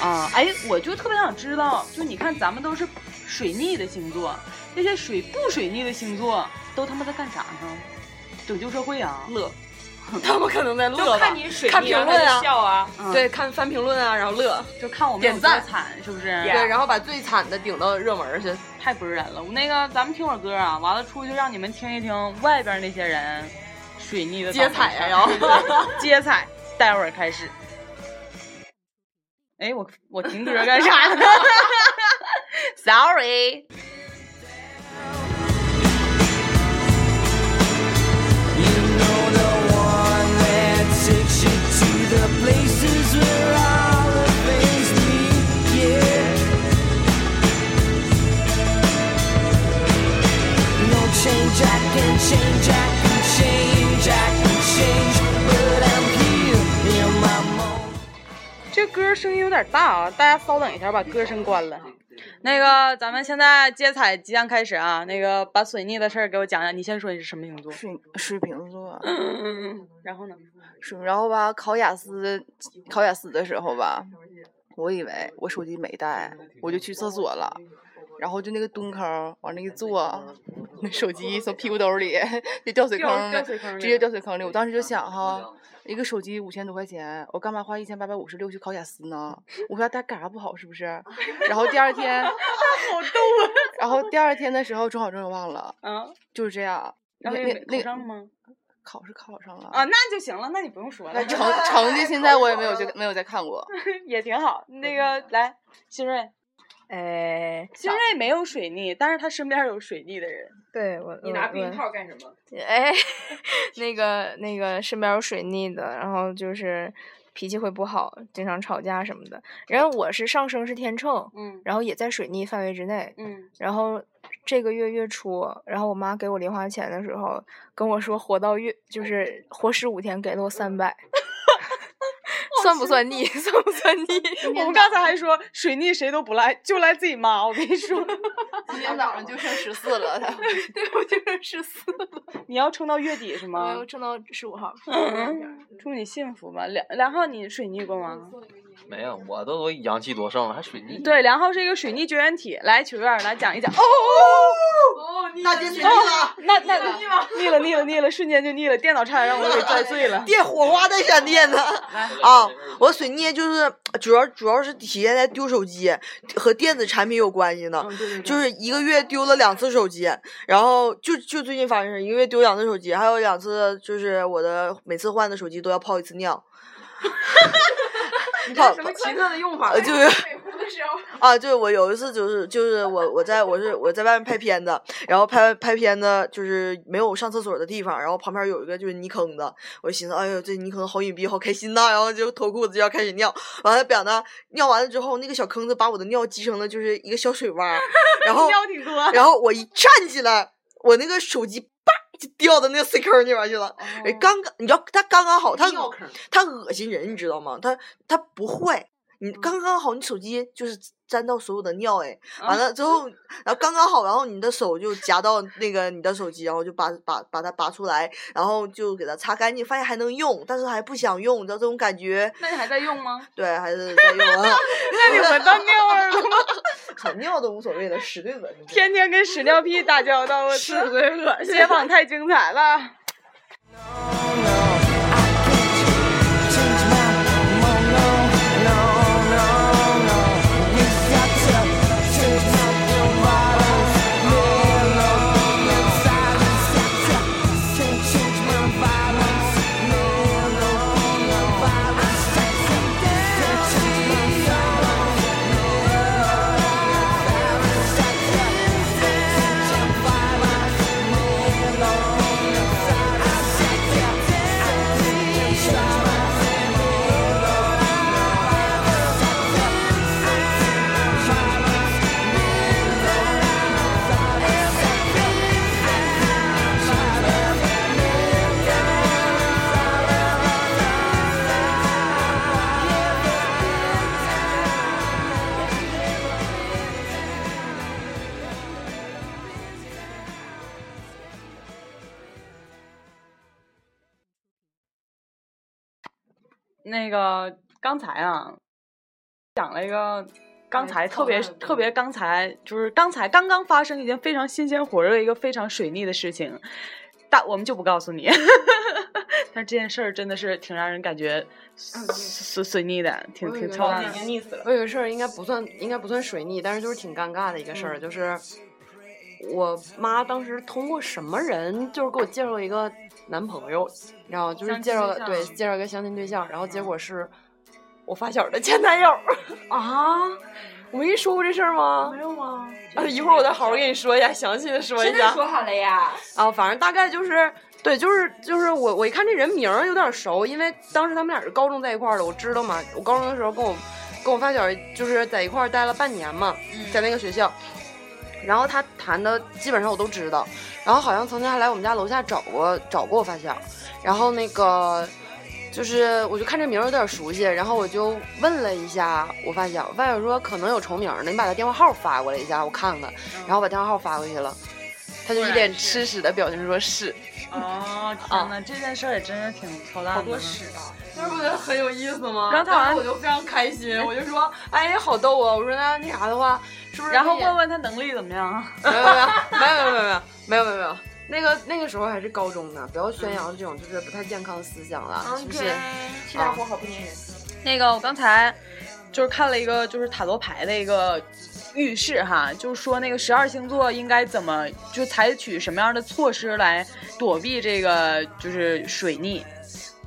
Speaker 2: 啊、哎，我就特别想知道，就你看咱们都是水逆的星座，那些水不水逆的星座都他妈在干啥呢？拯救社会啊！
Speaker 6: 乐， 他们可能在乐吧。
Speaker 5: 看你水
Speaker 6: 看
Speaker 5: 逆，
Speaker 6: 评
Speaker 5: 然后
Speaker 6: 论
Speaker 5: 他就
Speaker 6: 啊
Speaker 5: 笑啊，
Speaker 2: 嗯
Speaker 6: 对，看翻评论啊，然后乐，
Speaker 2: 就看我们
Speaker 6: 点
Speaker 2: 有多
Speaker 6: 赞
Speaker 2: 惨，是不是
Speaker 5: Yeah
Speaker 6: 对，然后把最惨的顶到热门儿去。
Speaker 2: 太不是人了。我那个，咱们听会儿歌啊，完了出去让你们听一听外边那些人水逆的
Speaker 6: 接
Speaker 2: 倒霉
Speaker 6: 彩
Speaker 2: 事
Speaker 6: 啊
Speaker 2: 儿
Speaker 6: 然后
Speaker 2: 对接彩，待会儿开始。哎，我我停歌干啥呢 ？Sorry。
Speaker 8: Where all the things lead, yeah.
Speaker 2: 歌声音有点大啊，大家稍等一下，把歌声关了。那个，咱们现在接彩即将开始啊！那个，把水逆的事儿给我讲讲，你先说你是什么星座？
Speaker 9: 水水瓶座，
Speaker 2: 然后呢？
Speaker 9: 水然后吧，考雅思，考雅思的时候吧，我以为我手机没带，我就去厕所了，然后就那个蹲坑往那一坐，那手机从屁股兜里 就掉水坑
Speaker 2: 嗯
Speaker 10: 掉
Speaker 9: 了，
Speaker 10: 水坑里
Speaker 9: 直接掉水坑里。我当时就想哈，一个手机五千多块钱，我干嘛花一千八百五十六去考雅思呢？我说他干啥不好是不是？然后第二 天，好逗啊！然后第二天的时候，中考证忘了，
Speaker 2: 啊，
Speaker 9: 就是这样。
Speaker 2: 然后
Speaker 9: 那
Speaker 2: 也
Speaker 9: 那
Speaker 2: 没
Speaker 9: 那
Speaker 2: 考上了吗？
Speaker 9: 考是考上了
Speaker 2: 啊，那就行了，那你不用说了
Speaker 9: 那，成成绩现在我也没有就没有再看过。
Speaker 2: 也挺好。那个，来，新锐，
Speaker 8: 哎，
Speaker 2: 新锐没有水逆，但是他身边有水逆的人。嗯
Speaker 8: 对我
Speaker 5: 你拿
Speaker 8: 我
Speaker 5: 避孕
Speaker 8: 我
Speaker 5: 套干什么？
Speaker 8: 哎，那个那个身边有水逆的，然后就是脾气会不好，经常吵架什么的。然后我是上升是天秤，
Speaker 2: 嗯
Speaker 8: 然后也在水逆范围之内。
Speaker 2: 嗯，
Speaker 8: 然后这个月月初，然后我妈给我零花钱的时候跟我说，活到月就是活十五天，给了我三 百。 算不算逆？算不算逆？
Speaker 2: 我们刚才还说水逆谁都不赖，就赖自己妈。我跟你说，
Speaker 9: 今天早上就剩十四了，
Speaker 8: 对，我就是十四，
Speaker 2: 你要撑到月底是
Speaker 8: 我
Speaker 2: 吗
Speaker 8: 又？撑到十五号。
Speaker 2: 祝你幸福吧。梁梁浩，你水逆过吗？
Speaker 11: 没有，我都阳气多盛了，还水逆。
Speaker 2: 对，梁浩是一个水逆绝缘体。来，球员来讲一讲。哦，
Speaker 5: 哦
Speaker 6: 大姐水逆了，
Speaker 2: 那那腻了腻了腻了，瞬间就腻了，电脑差点让我给摔碎 了。
Speaker 6: 电火花带闪电的啊！我水逆就是主要主要是体现在丢手机和电子产品有关系呢，就是一个月丢了两次手机，然后就就最近发生的事，一个月丢两次手机，还有两次就是我的每次换的手机都要泡一次 尿。 泡
Speaker 10: 什么奇特的用法
Speaker 6: 呃，？就是啊，对我有一次就是就是我我在我是我在外面拍片子，然后拍拍片子就是没有上厕所的地方，然后旁边有一个就是泥坑子，我就寻思哎呦这泥坑好隐蔽，好开心呐、然后就脱裤子就要开始尿，完了表呢尿完了之后那个小坑子把我的尿积成了就是一个小水洼儿，然后
Speaker 2: 尿挺多。
Speaker 6: 然后我一站起来，我那个手机叭就掉到那个水坑里边去
Speaker 2: 哦
Speaker 6: 了。哎刚刚你知道它刚刚好，它恶它恶心人，你知道吗？它它不坏，你刚刚好，你手机就是沾到所有的尿哎，完了之后，然后刚刚好，然后你的手就夹到那个你的手机，然后就把把把它拔出来，然后就给它擦干净，发现还能用，但是还不想用，你知道这种感觉？
Speaker 2: 那你还在用吗？
Speaker 6: 对，还是在用啊，
Speaker 2: 那你闻到尿味儿了吗？
Speaker 6: 很尿都无所谓了，屎最恶心。
Speaker 2: 天天跟屎尿屁打交道，我是不是 恶心？街访太精彩了。那个刚才啊，讲了一个刚才特别特别刚才就是刚才刚刚发生一件非常新鲜火热一个非常水逆的事情，但我们就不告诉你。 但这件事儿真的是挺让人感觉嗯水水逆的，挺挺操蛋的。
Speaker 10: 经腻死了。
Speaker 12: 啊我有个事儿应该不算，应该不算水逆，但是就是挺尴尬的一个事儿，就是我妈当时通过什么人，就是给我介绍一个男朋友，然后就是介绍了对介绍一个相亲对象，嗯然后结果是我发小的前男友啊。我没跟你说过这事儿吗？没有吗？啊，一会儿我再好好跟你说一下，详细的说一下。
Speaker 5: 好了呀，
Speaker 12: 啊，反正大概就是，对，就是就是我我一看这人名儿有点熟，因为当时他们俩是高中在一块儿的，我知道嘛。我高中的时候跟我跟我发小就是在一块儿待了半年嘛，
Speaker 6: 嗯
Speaker 12: 在那个学校，然后他谈的基本上我都知道，然后好像曾经还来我们家楼下找过找过我发小，然后那个
Speaker 6: 就是我就看这名儿有点熟悉，然后我就问了一下我发小，我发小说可能有重名儿的，你把他电话号发过来一下，我看看。然后把电话号发过去了，他就一脸吃屎的表情说是。
Speaker 2: 哦，天哪，这件事儿也真是挺操蛋的。好多屎啊！
Speaker 6: 那不是很有意思吗？
Speaker 2: 然后他好像
Speaker 6: 我就非常开心，我就说，哎，好逗啊！我说那那啥的话，是不是？
Speaker 2: 然后问问他能力怎么样啊？
Speaker 6: 没有没有没有没有没有没有没有没有没有，那个那个时候还是高中呢，不要宣扬这种就是不太健康的思想了，是不是？
Speaker 4: 气大活好不粘人。
Speaker 2: 那个我刚才就是看了一个就是塔罗牌的一个预示哈，就是说那个十二星座应该怎么就采取什么样的措施来躲避这个就是水逆。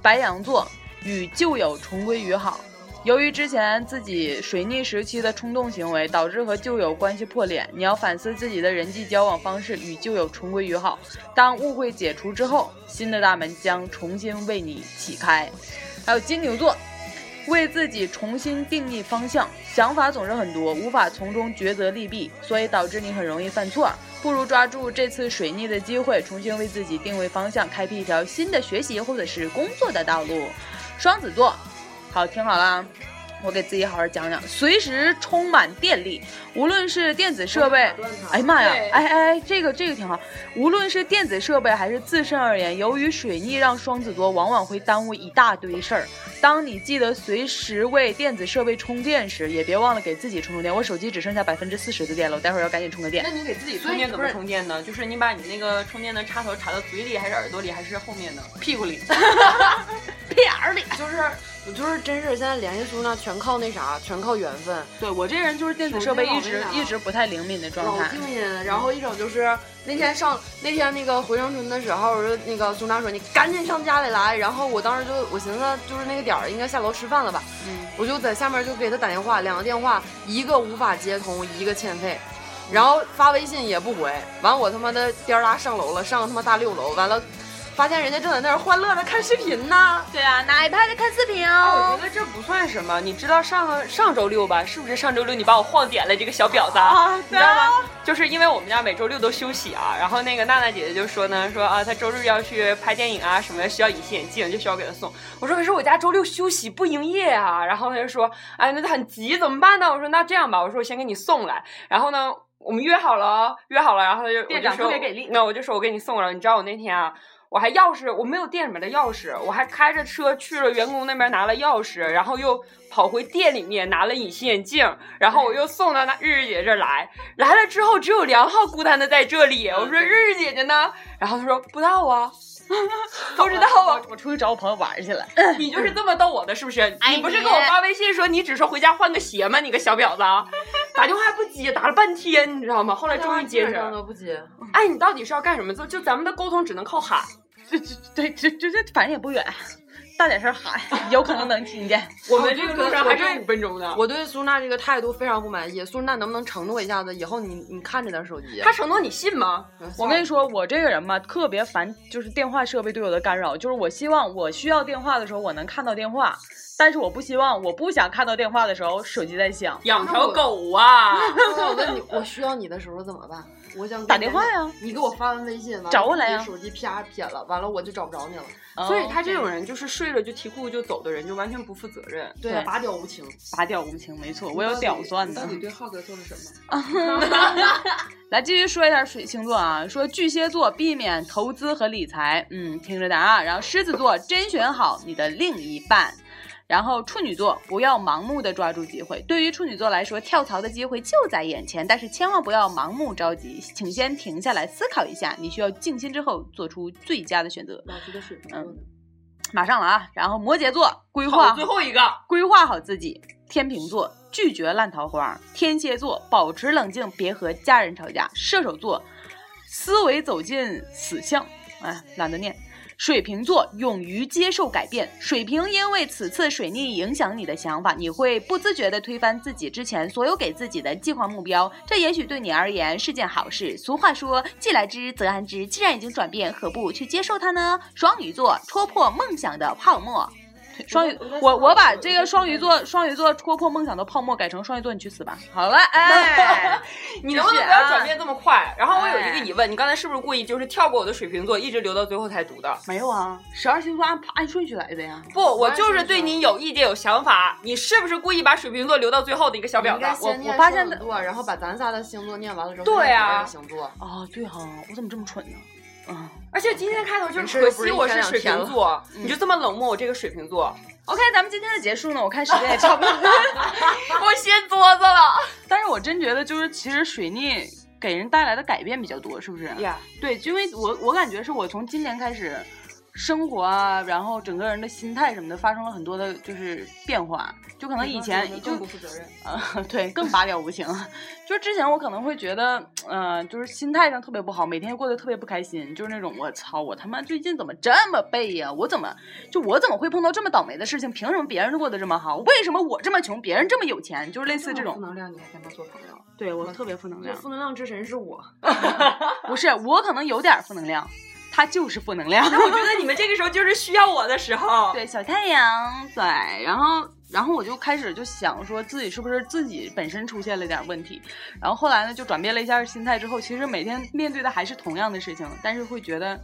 Speaker 2: 白羊座与旧友重归于好，由于之前自己水逆时期的冲动行为，导致和旧友关系破裂，你要反思自己的人际交往方式，与旧友重归于好。当误会解除之后，新的大门将重新为你启开。还有金牛座，为自己重新定义方向，想法总是很多，无法从中抉择利弊，所以导致你很容易犯错。不如抓住这次水逆的机会，重新为自己定位方向，开辟一条新的学习或者是工作的道路。双子座，好，听好了啊。我给自己好好讲讲，随时充满电力，无论是电子设备，哎呀妈呀，哎哎哎，这个这个挺好。无论是电子设备还是自身而言，由于水逆让双子座往往会耽误一大堆事儿。当你记得随时为电子设备充电时，也别忘了给自己充充电。我手机只剩下百分之四十的电了，我待会儿要赶紧充个电
Speaker 5: 那。你给自己充电怎么充电呢？就是你把你那个充电的插头插到嘴里，还是耳朵里，还是后面呢？屁股里？
Speaker 6: 屁眼儿里，就是我就是真是现在联系苏娜全靠那啥，全靠缘分，
Speaker 2: 对我这人就是电子设备一直
Speaker 6: 手机老没拿
Speaker 2: 一直不太灵敏的状
Speaker 6: 老
Speaker 2: 态。
Speaker 6: 静音。然后一种就是那天上那天那个回长春的时候，我说那个苏娜说你赶紧上家里来，然后我当时就我寻思就是那个点儿应该下楼吃饭了吧，
Speaker 5: 嗯
Speaker 6: 我就在下面就给他打电话，两个电话一个无法接通，一个欠费。然后发微信也不回，完我他妈的颠儿拉上楼了，上他妈大六楼，完了，发现人家正在那儿欢乐的看视频呢。
Speaker 2: 对啊，拿 iPad 看视频哦。
Speaker 5: 我觉得这不算什么，你知道上个上周六吧？是不是上周六你把我晃点了这个小婊子？啊，你知道吗？就是因为我们家每周六都休息啊，然后那个娜娜姐姐就说呢，说啊，她周日要去拍电影啊什么的，需要隐形眼镜，就需要给她送。我说可是我家周六休息不营业啊，然后她就说，哎，那她很急怎么办呢？我说那这样吧，我说我先给你送来，然后呢，我们约好了哦，约好了，然后她就
Speaker 4: 店长
Speaker 5: 我就说
Speaker 4: 特别给力
Speaker 5: 那我就说我给你送了，你知道我那天啊。我还钥匙，我没有店里面的钥匙，我还开着车去了员工那边拿了钥匙，然后又跑回店里面拿了隐形眼镜，然后我又送到那日日姐这儿来。来了之后，只有梁浩孤单的在这里。我说日日姐姐呢？然后他说不知道啊， 不知道啊。
Speaker 2: 我出去找我朋友玩去了。
Speaker 5: 你就是这么逗我的，是不是？哎你不是给我发微信说你只是回家换个鞋吗？你个小婊子啊！打电话还不接，打了半天，你知道吗？后来终于接上。
Speaker 6: 都不接，
Speaker 5: 哎，你到底是要干什么？就就咱们的沟通只能靠喊。
Speaker 2: 这这对，这这这反正也不远，大点声喊，有可能能听见。
Speaker 5: 我们这个路上还剩五分钟呢。
Speaker 6: 我对苏娜这个态度非常不满意。苏娜能不能承诺一下子，以后你你看着点手机？啊
Speaker 5: 他承诺你信吗？
Speaker 2: 我跟你说，我这个人吧，特别烦，就是电话设备对我的干扰。就是我希望我需要电话的时候，我能看到电话，但是我不希望我不想看到电话的时候，手机在响。
Speaker 5: 养条狗啊！
Speaker 6: 那我问你，我需要你的时候怎么办？我想
Speaker 2: 打电话呀
Speaker 6: 你给我发完微信，完了
Speaker 2: 找过来呀哦
Speaker 6: 你手机啪撇了，完了我就找不着你了。
Speaker 5: 所
Speaker 2: 嗯
Speaker 5: 以他这种人就是睡了就提裤子就走的人，就完全不负责任。
Speaker 6: 对，拔屌无情。
Speaker 2: 拔屌无情，没错，我有屌算的。
Speaker 5: 对浩哥做了什么？
Speaker 2: 来继续说一下水星座啊，说巨蟹座避免投资和理财，嗯，听着点啊。然后狮子座甄选好你的另一半，然后处女座不要盲目的抓住机会。对于处女座来说，跳槽的机会就在眼前，但是千万不要盲目着急，请先停下来思考一下，你需要静心之后做出最佳的选择。
Speaker 6: 老子的水瓶
Speaker 2: 嗯，马上了啊。然后摩羯座规划
Speaker 5: 最后一个，
Speaker 2: 规划好自己。天秤座拒绝烂桃花，天蝎座保持冷静，别和家人吵架。射手座思维走进死巷，哎，懒得念。水瓶座勇于接受改变。水瓶因为此次水逆影响你的想法，你会不自觉地推翻自己之前所有给自己的计划目标，这也许对你而言是件好事。俗话说“既来之，则安之”，既然已经转变，何不去接受它呢？双鱼座戳破梦想的泡沫。双鱼，我我把这个双鱼座双鱼座戳破梦想的泡沫改成双鱼座，你去死吧！好了，哎，
Speaker 5: 你能不能不
Speaker 6: 啊
Speaker 5: 要转变这么快？然后我有
Speaker 2: 哎
Speaker 5: 一个疑问，你刚才是不是故意就是跳过我的水瓶座，一直留到最后才读的？
Speaker 2: 没有啊，十二星座按按顺序来的呀。
Speaker 5: 不，我就是对你有意见、有想法。你是不是故意把水瓶座留到最后的一个小表格？
Speaker 6: 我我发现座，然后把咱仨的星座念完了之后，
Speaker 5: 对啊
Speaker 6: 再念别人的星座
Speaker 2: 哦，对哈、我怎么这么蠢呢？嗯，
Speaker 5: 而且今天开头就
Speaker 6: 你
Speaker 5: 是
Speaker 6: 这
Speaker 5: 可
Speaker 6: 又不
Speaker 5: 惜
Speaker 6: 是一
Speaker 5: 我
Speaker 6: 天
Speaker 5: 是
Speaker 6: 两
Speaker 5: 水
Speaker 6: 天
Speaker 5: 瓶
Speaker 6: 了嗯
Speaker 5: 座，你就这么冷漠，我这个水瓶座，
Speaker 2: OK，咱们今天的结束呢，我看时间也差不多。
Speaker 5: 我歇桌子了。
Speaker 2: 但是我真觉得，就是其实水逆给人带来的改变比较多，是不是？
Speaker 5: 呀，
Speaker 2: 对，因为我我感觉是我从今年开始，生活啊，然后整个人的心态什么的发生了很多的，就是变化。就可能以前就
Speaker 4: 不负责任。
Speaker 2: 呃，对，更拔屌无情。就是之前我可能会觉得，呃，就是心态上特别不好，每天过得特别不开心，就是那种我操，我他妈最近怎么这么背呀、我怎么就我怎么会碰到这么倒霉的事情？凭什么别人过得这么好？为什么我这么穷，别人这么有钱？就是类似这
Speaker 6: 负
Speaker 2: 种。
Speaker 6: 能量你还跟他做朋友？
Speaker 2: 对我特别负能
Speaker 6: 这
Speaker 2: 量，
Speaker 6: 负能量之神是我，
Speaker 2: 不是我可能有点负能量，他就是负能量。
Speaker 5: 我觉得你们这个时候就是需要我的时候。
Speaker 2: 对，小太阳，对，然后然后我就开始就想说自己是不是自己本身出现了点问题，然后后来呢就转变了一下心态之后，其实每天面对的还是同样的事情，但是会觉得，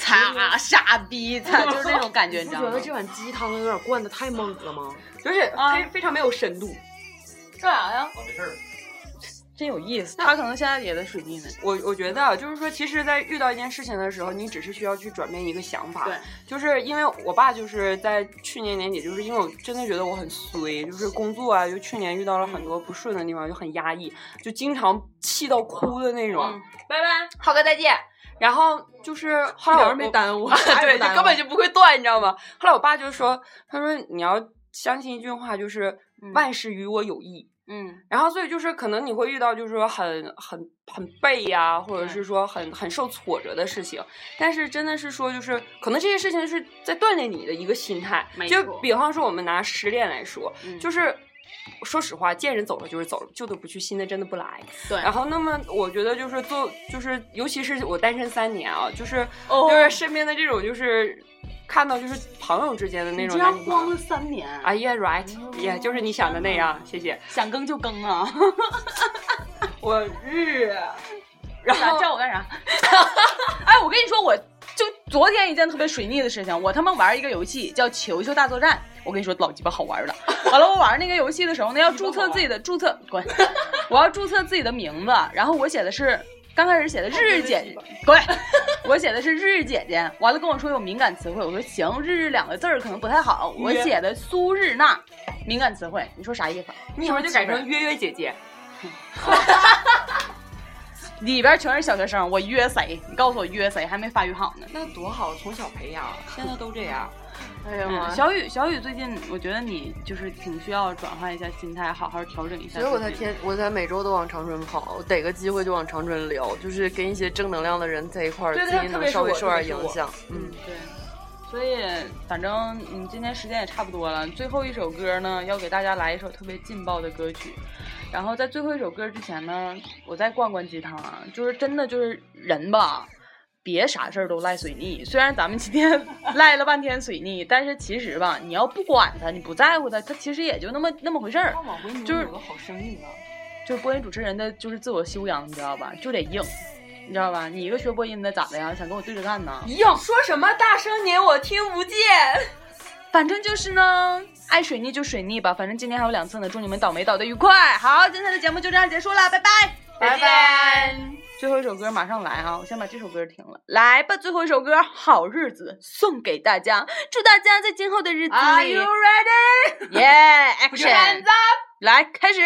Speaker 2: 擦啊傻逼，擦就是那种感觉，你
Speaker 6: 你
Speaker 2: 知
Speaker 6: 不
Speaker 2: 道吗
Speaker 6: 觉得？这碗鸡汤有点灌的太猛了吗？
Speaker 5: 就是
Speaker 6: 啊
Speaker 5: 非非常没有深度。
Speaker 2: 干啥呀？
Speaker 11: 没事儿，
Speaker 2: 真有意思，他可能现在也在水逆呢。
Speaker 5: 我我觉得啊就是说，其实，在遇到一件事情的时候，你只是需要去转变一个想法。
Speaker 2: 对，
Speaker 5: 就是因为我爸就是在去年年底，就是因为我真的觉得我很衰，就是工作啊，就去年遇到了很多不顺的地方，就很压抑，就经常气到哭的那
Speaker 2: 嗯
Speaker 5: 种。嗯拜拜，浩哥再见。然后就是后来我哎
Speaker 6: 耽 误
Speaker 5: 对，就根本就不会断，你知道吗？后来我爸就说，他说你要相信一句话，就是万事与我有益。
Speaker 2: 嗯，
Speaker 5: 然后所以就是可能你会遇到就是说很很很背呀、或者是说很很受挫折的事情，但是真的是说就是可能这些事情是在锻炼你的一个心态
Speaker 2: 没。
Speaker 5: 就
Speaker 2: 错
Speaker 5: 比方说我们拿失恋来说，
Speaker 2: 嗯
Speaker 5: 就是。 说实话，见人走了就是走了，旧的不去，新的真的不来。
Speaker 2: 对
Speaker 5: 然后，那么我觉得就是做，就是尤其是我单身三年啊，就是、
Speaker 2: 哦
Speaker 5: 就是身边的这种，就是看到就是朋友之间的那
Speaker 2: 你
Speaker 5: 种
Speaker 2: 这
Speaker 5: 男
Speaker 2: 样
Speaker 5: 女朋
Speaker 2: 慌
Speaker 5: 友。
Speaker 2: 了三年，哦
Speaker 5: 啊、y e a h right，也、yeah, 就是你想的那样，谢谢。
Speaker 2: 想更就更 啊！
Speaker 5: 我日，然
Speaker 2: 啥
Speaker 5: 后
Speaker 2: 叫我干啥？ 哎，我跟你说，我就昨天一件特别水逆的事情，我他妈玩一个游戏叫《球球大作战》，我跟你说老鸡巴好玩 了。完了，我玩那个游戏的时候呢，要注册自己的注册滚，我要注册自己的名字，然后我写的是。刚开始写的日日姐，滚！我写的是日日姐姐，完了跟我说有敏感词汇，我说行，日日两个字儿可能不太好，我写的苏日娜，敏感词汇，你说啥意思？
Speaker 5: 你以后就改成约约姐姐，
Speaker 2: 里边全是小学生，我约谁？你告诉我约谁？还没发育好呢。
Speaker 5: 那多好，从小培养，现在都这样。
Speaker 6: 哎呀
Speaker 2: 嗯
Speaker 6: 妈，呀！
Speaker 2: 小雨，小雨最近我觉得你就是挺需要转换一下心态，好好调整一下。
Speaker 6: 所以我才，天，我才每周都往长春跑，我逮个机会就往长春聊，就是跟一些正能量的人在一块儿，
Speaker 5: 对
Speaker 6: 自
Speaker 5: 对
Speaker 6: 己
Speaker 5: 特
Speaker 6: 能
Speaker 5: 别是
Speaker 6: 稍微
Speaker 5: 我
Speaker 6: 受
Speaker 5: 特
Speaker 6: 点
Speaker 5: 别是
Speaker 6: 影
Speaker 5: 我
Speaker 6: 响。
Speaker 2: 嗯，对。所以反正嗯，今天时间也差不多了，最后一首歌呢，要给大家来一首特别劲爆的歌曲。然后在最后一首歌之前呢，我再灌灌鸡汤啊，就是真的就是人吧，别啥事儿都赖水逆。虽然咱们今天赖了半天水逆，但是其实吧，你要不管他，你不在乎他，他其实也就那么那么回事儿。
Speaker 5: 往回扭
Speaker 2: 就是
Speaker 5: 嗯有个好声音啊！
Speaker 2: 就是播音主持人的就是自我修养，你知道吧？就得硬，你知道吧？你一个学播音的咋的呀？想跟我对着干呢？
Speaker 5: 哟，说什么大声点我听不见？
Speaker 2: 反正就是呢，爱水逆就水逆吧，反正今天还有两次呢，祝你们倒霉倒的愉快。好，今天的节目就这样结束了，拜拜。
Speaker 5: 拜拜。
Speaker 2: 最后一首歌马上来啊！我先把这首歌停了，来吧，最后一首歌《好日子》送给大家，祝大家在今后的日子里
Speaker 5: Are you ready？
Speaker 2: ，Yeah，action，来开始。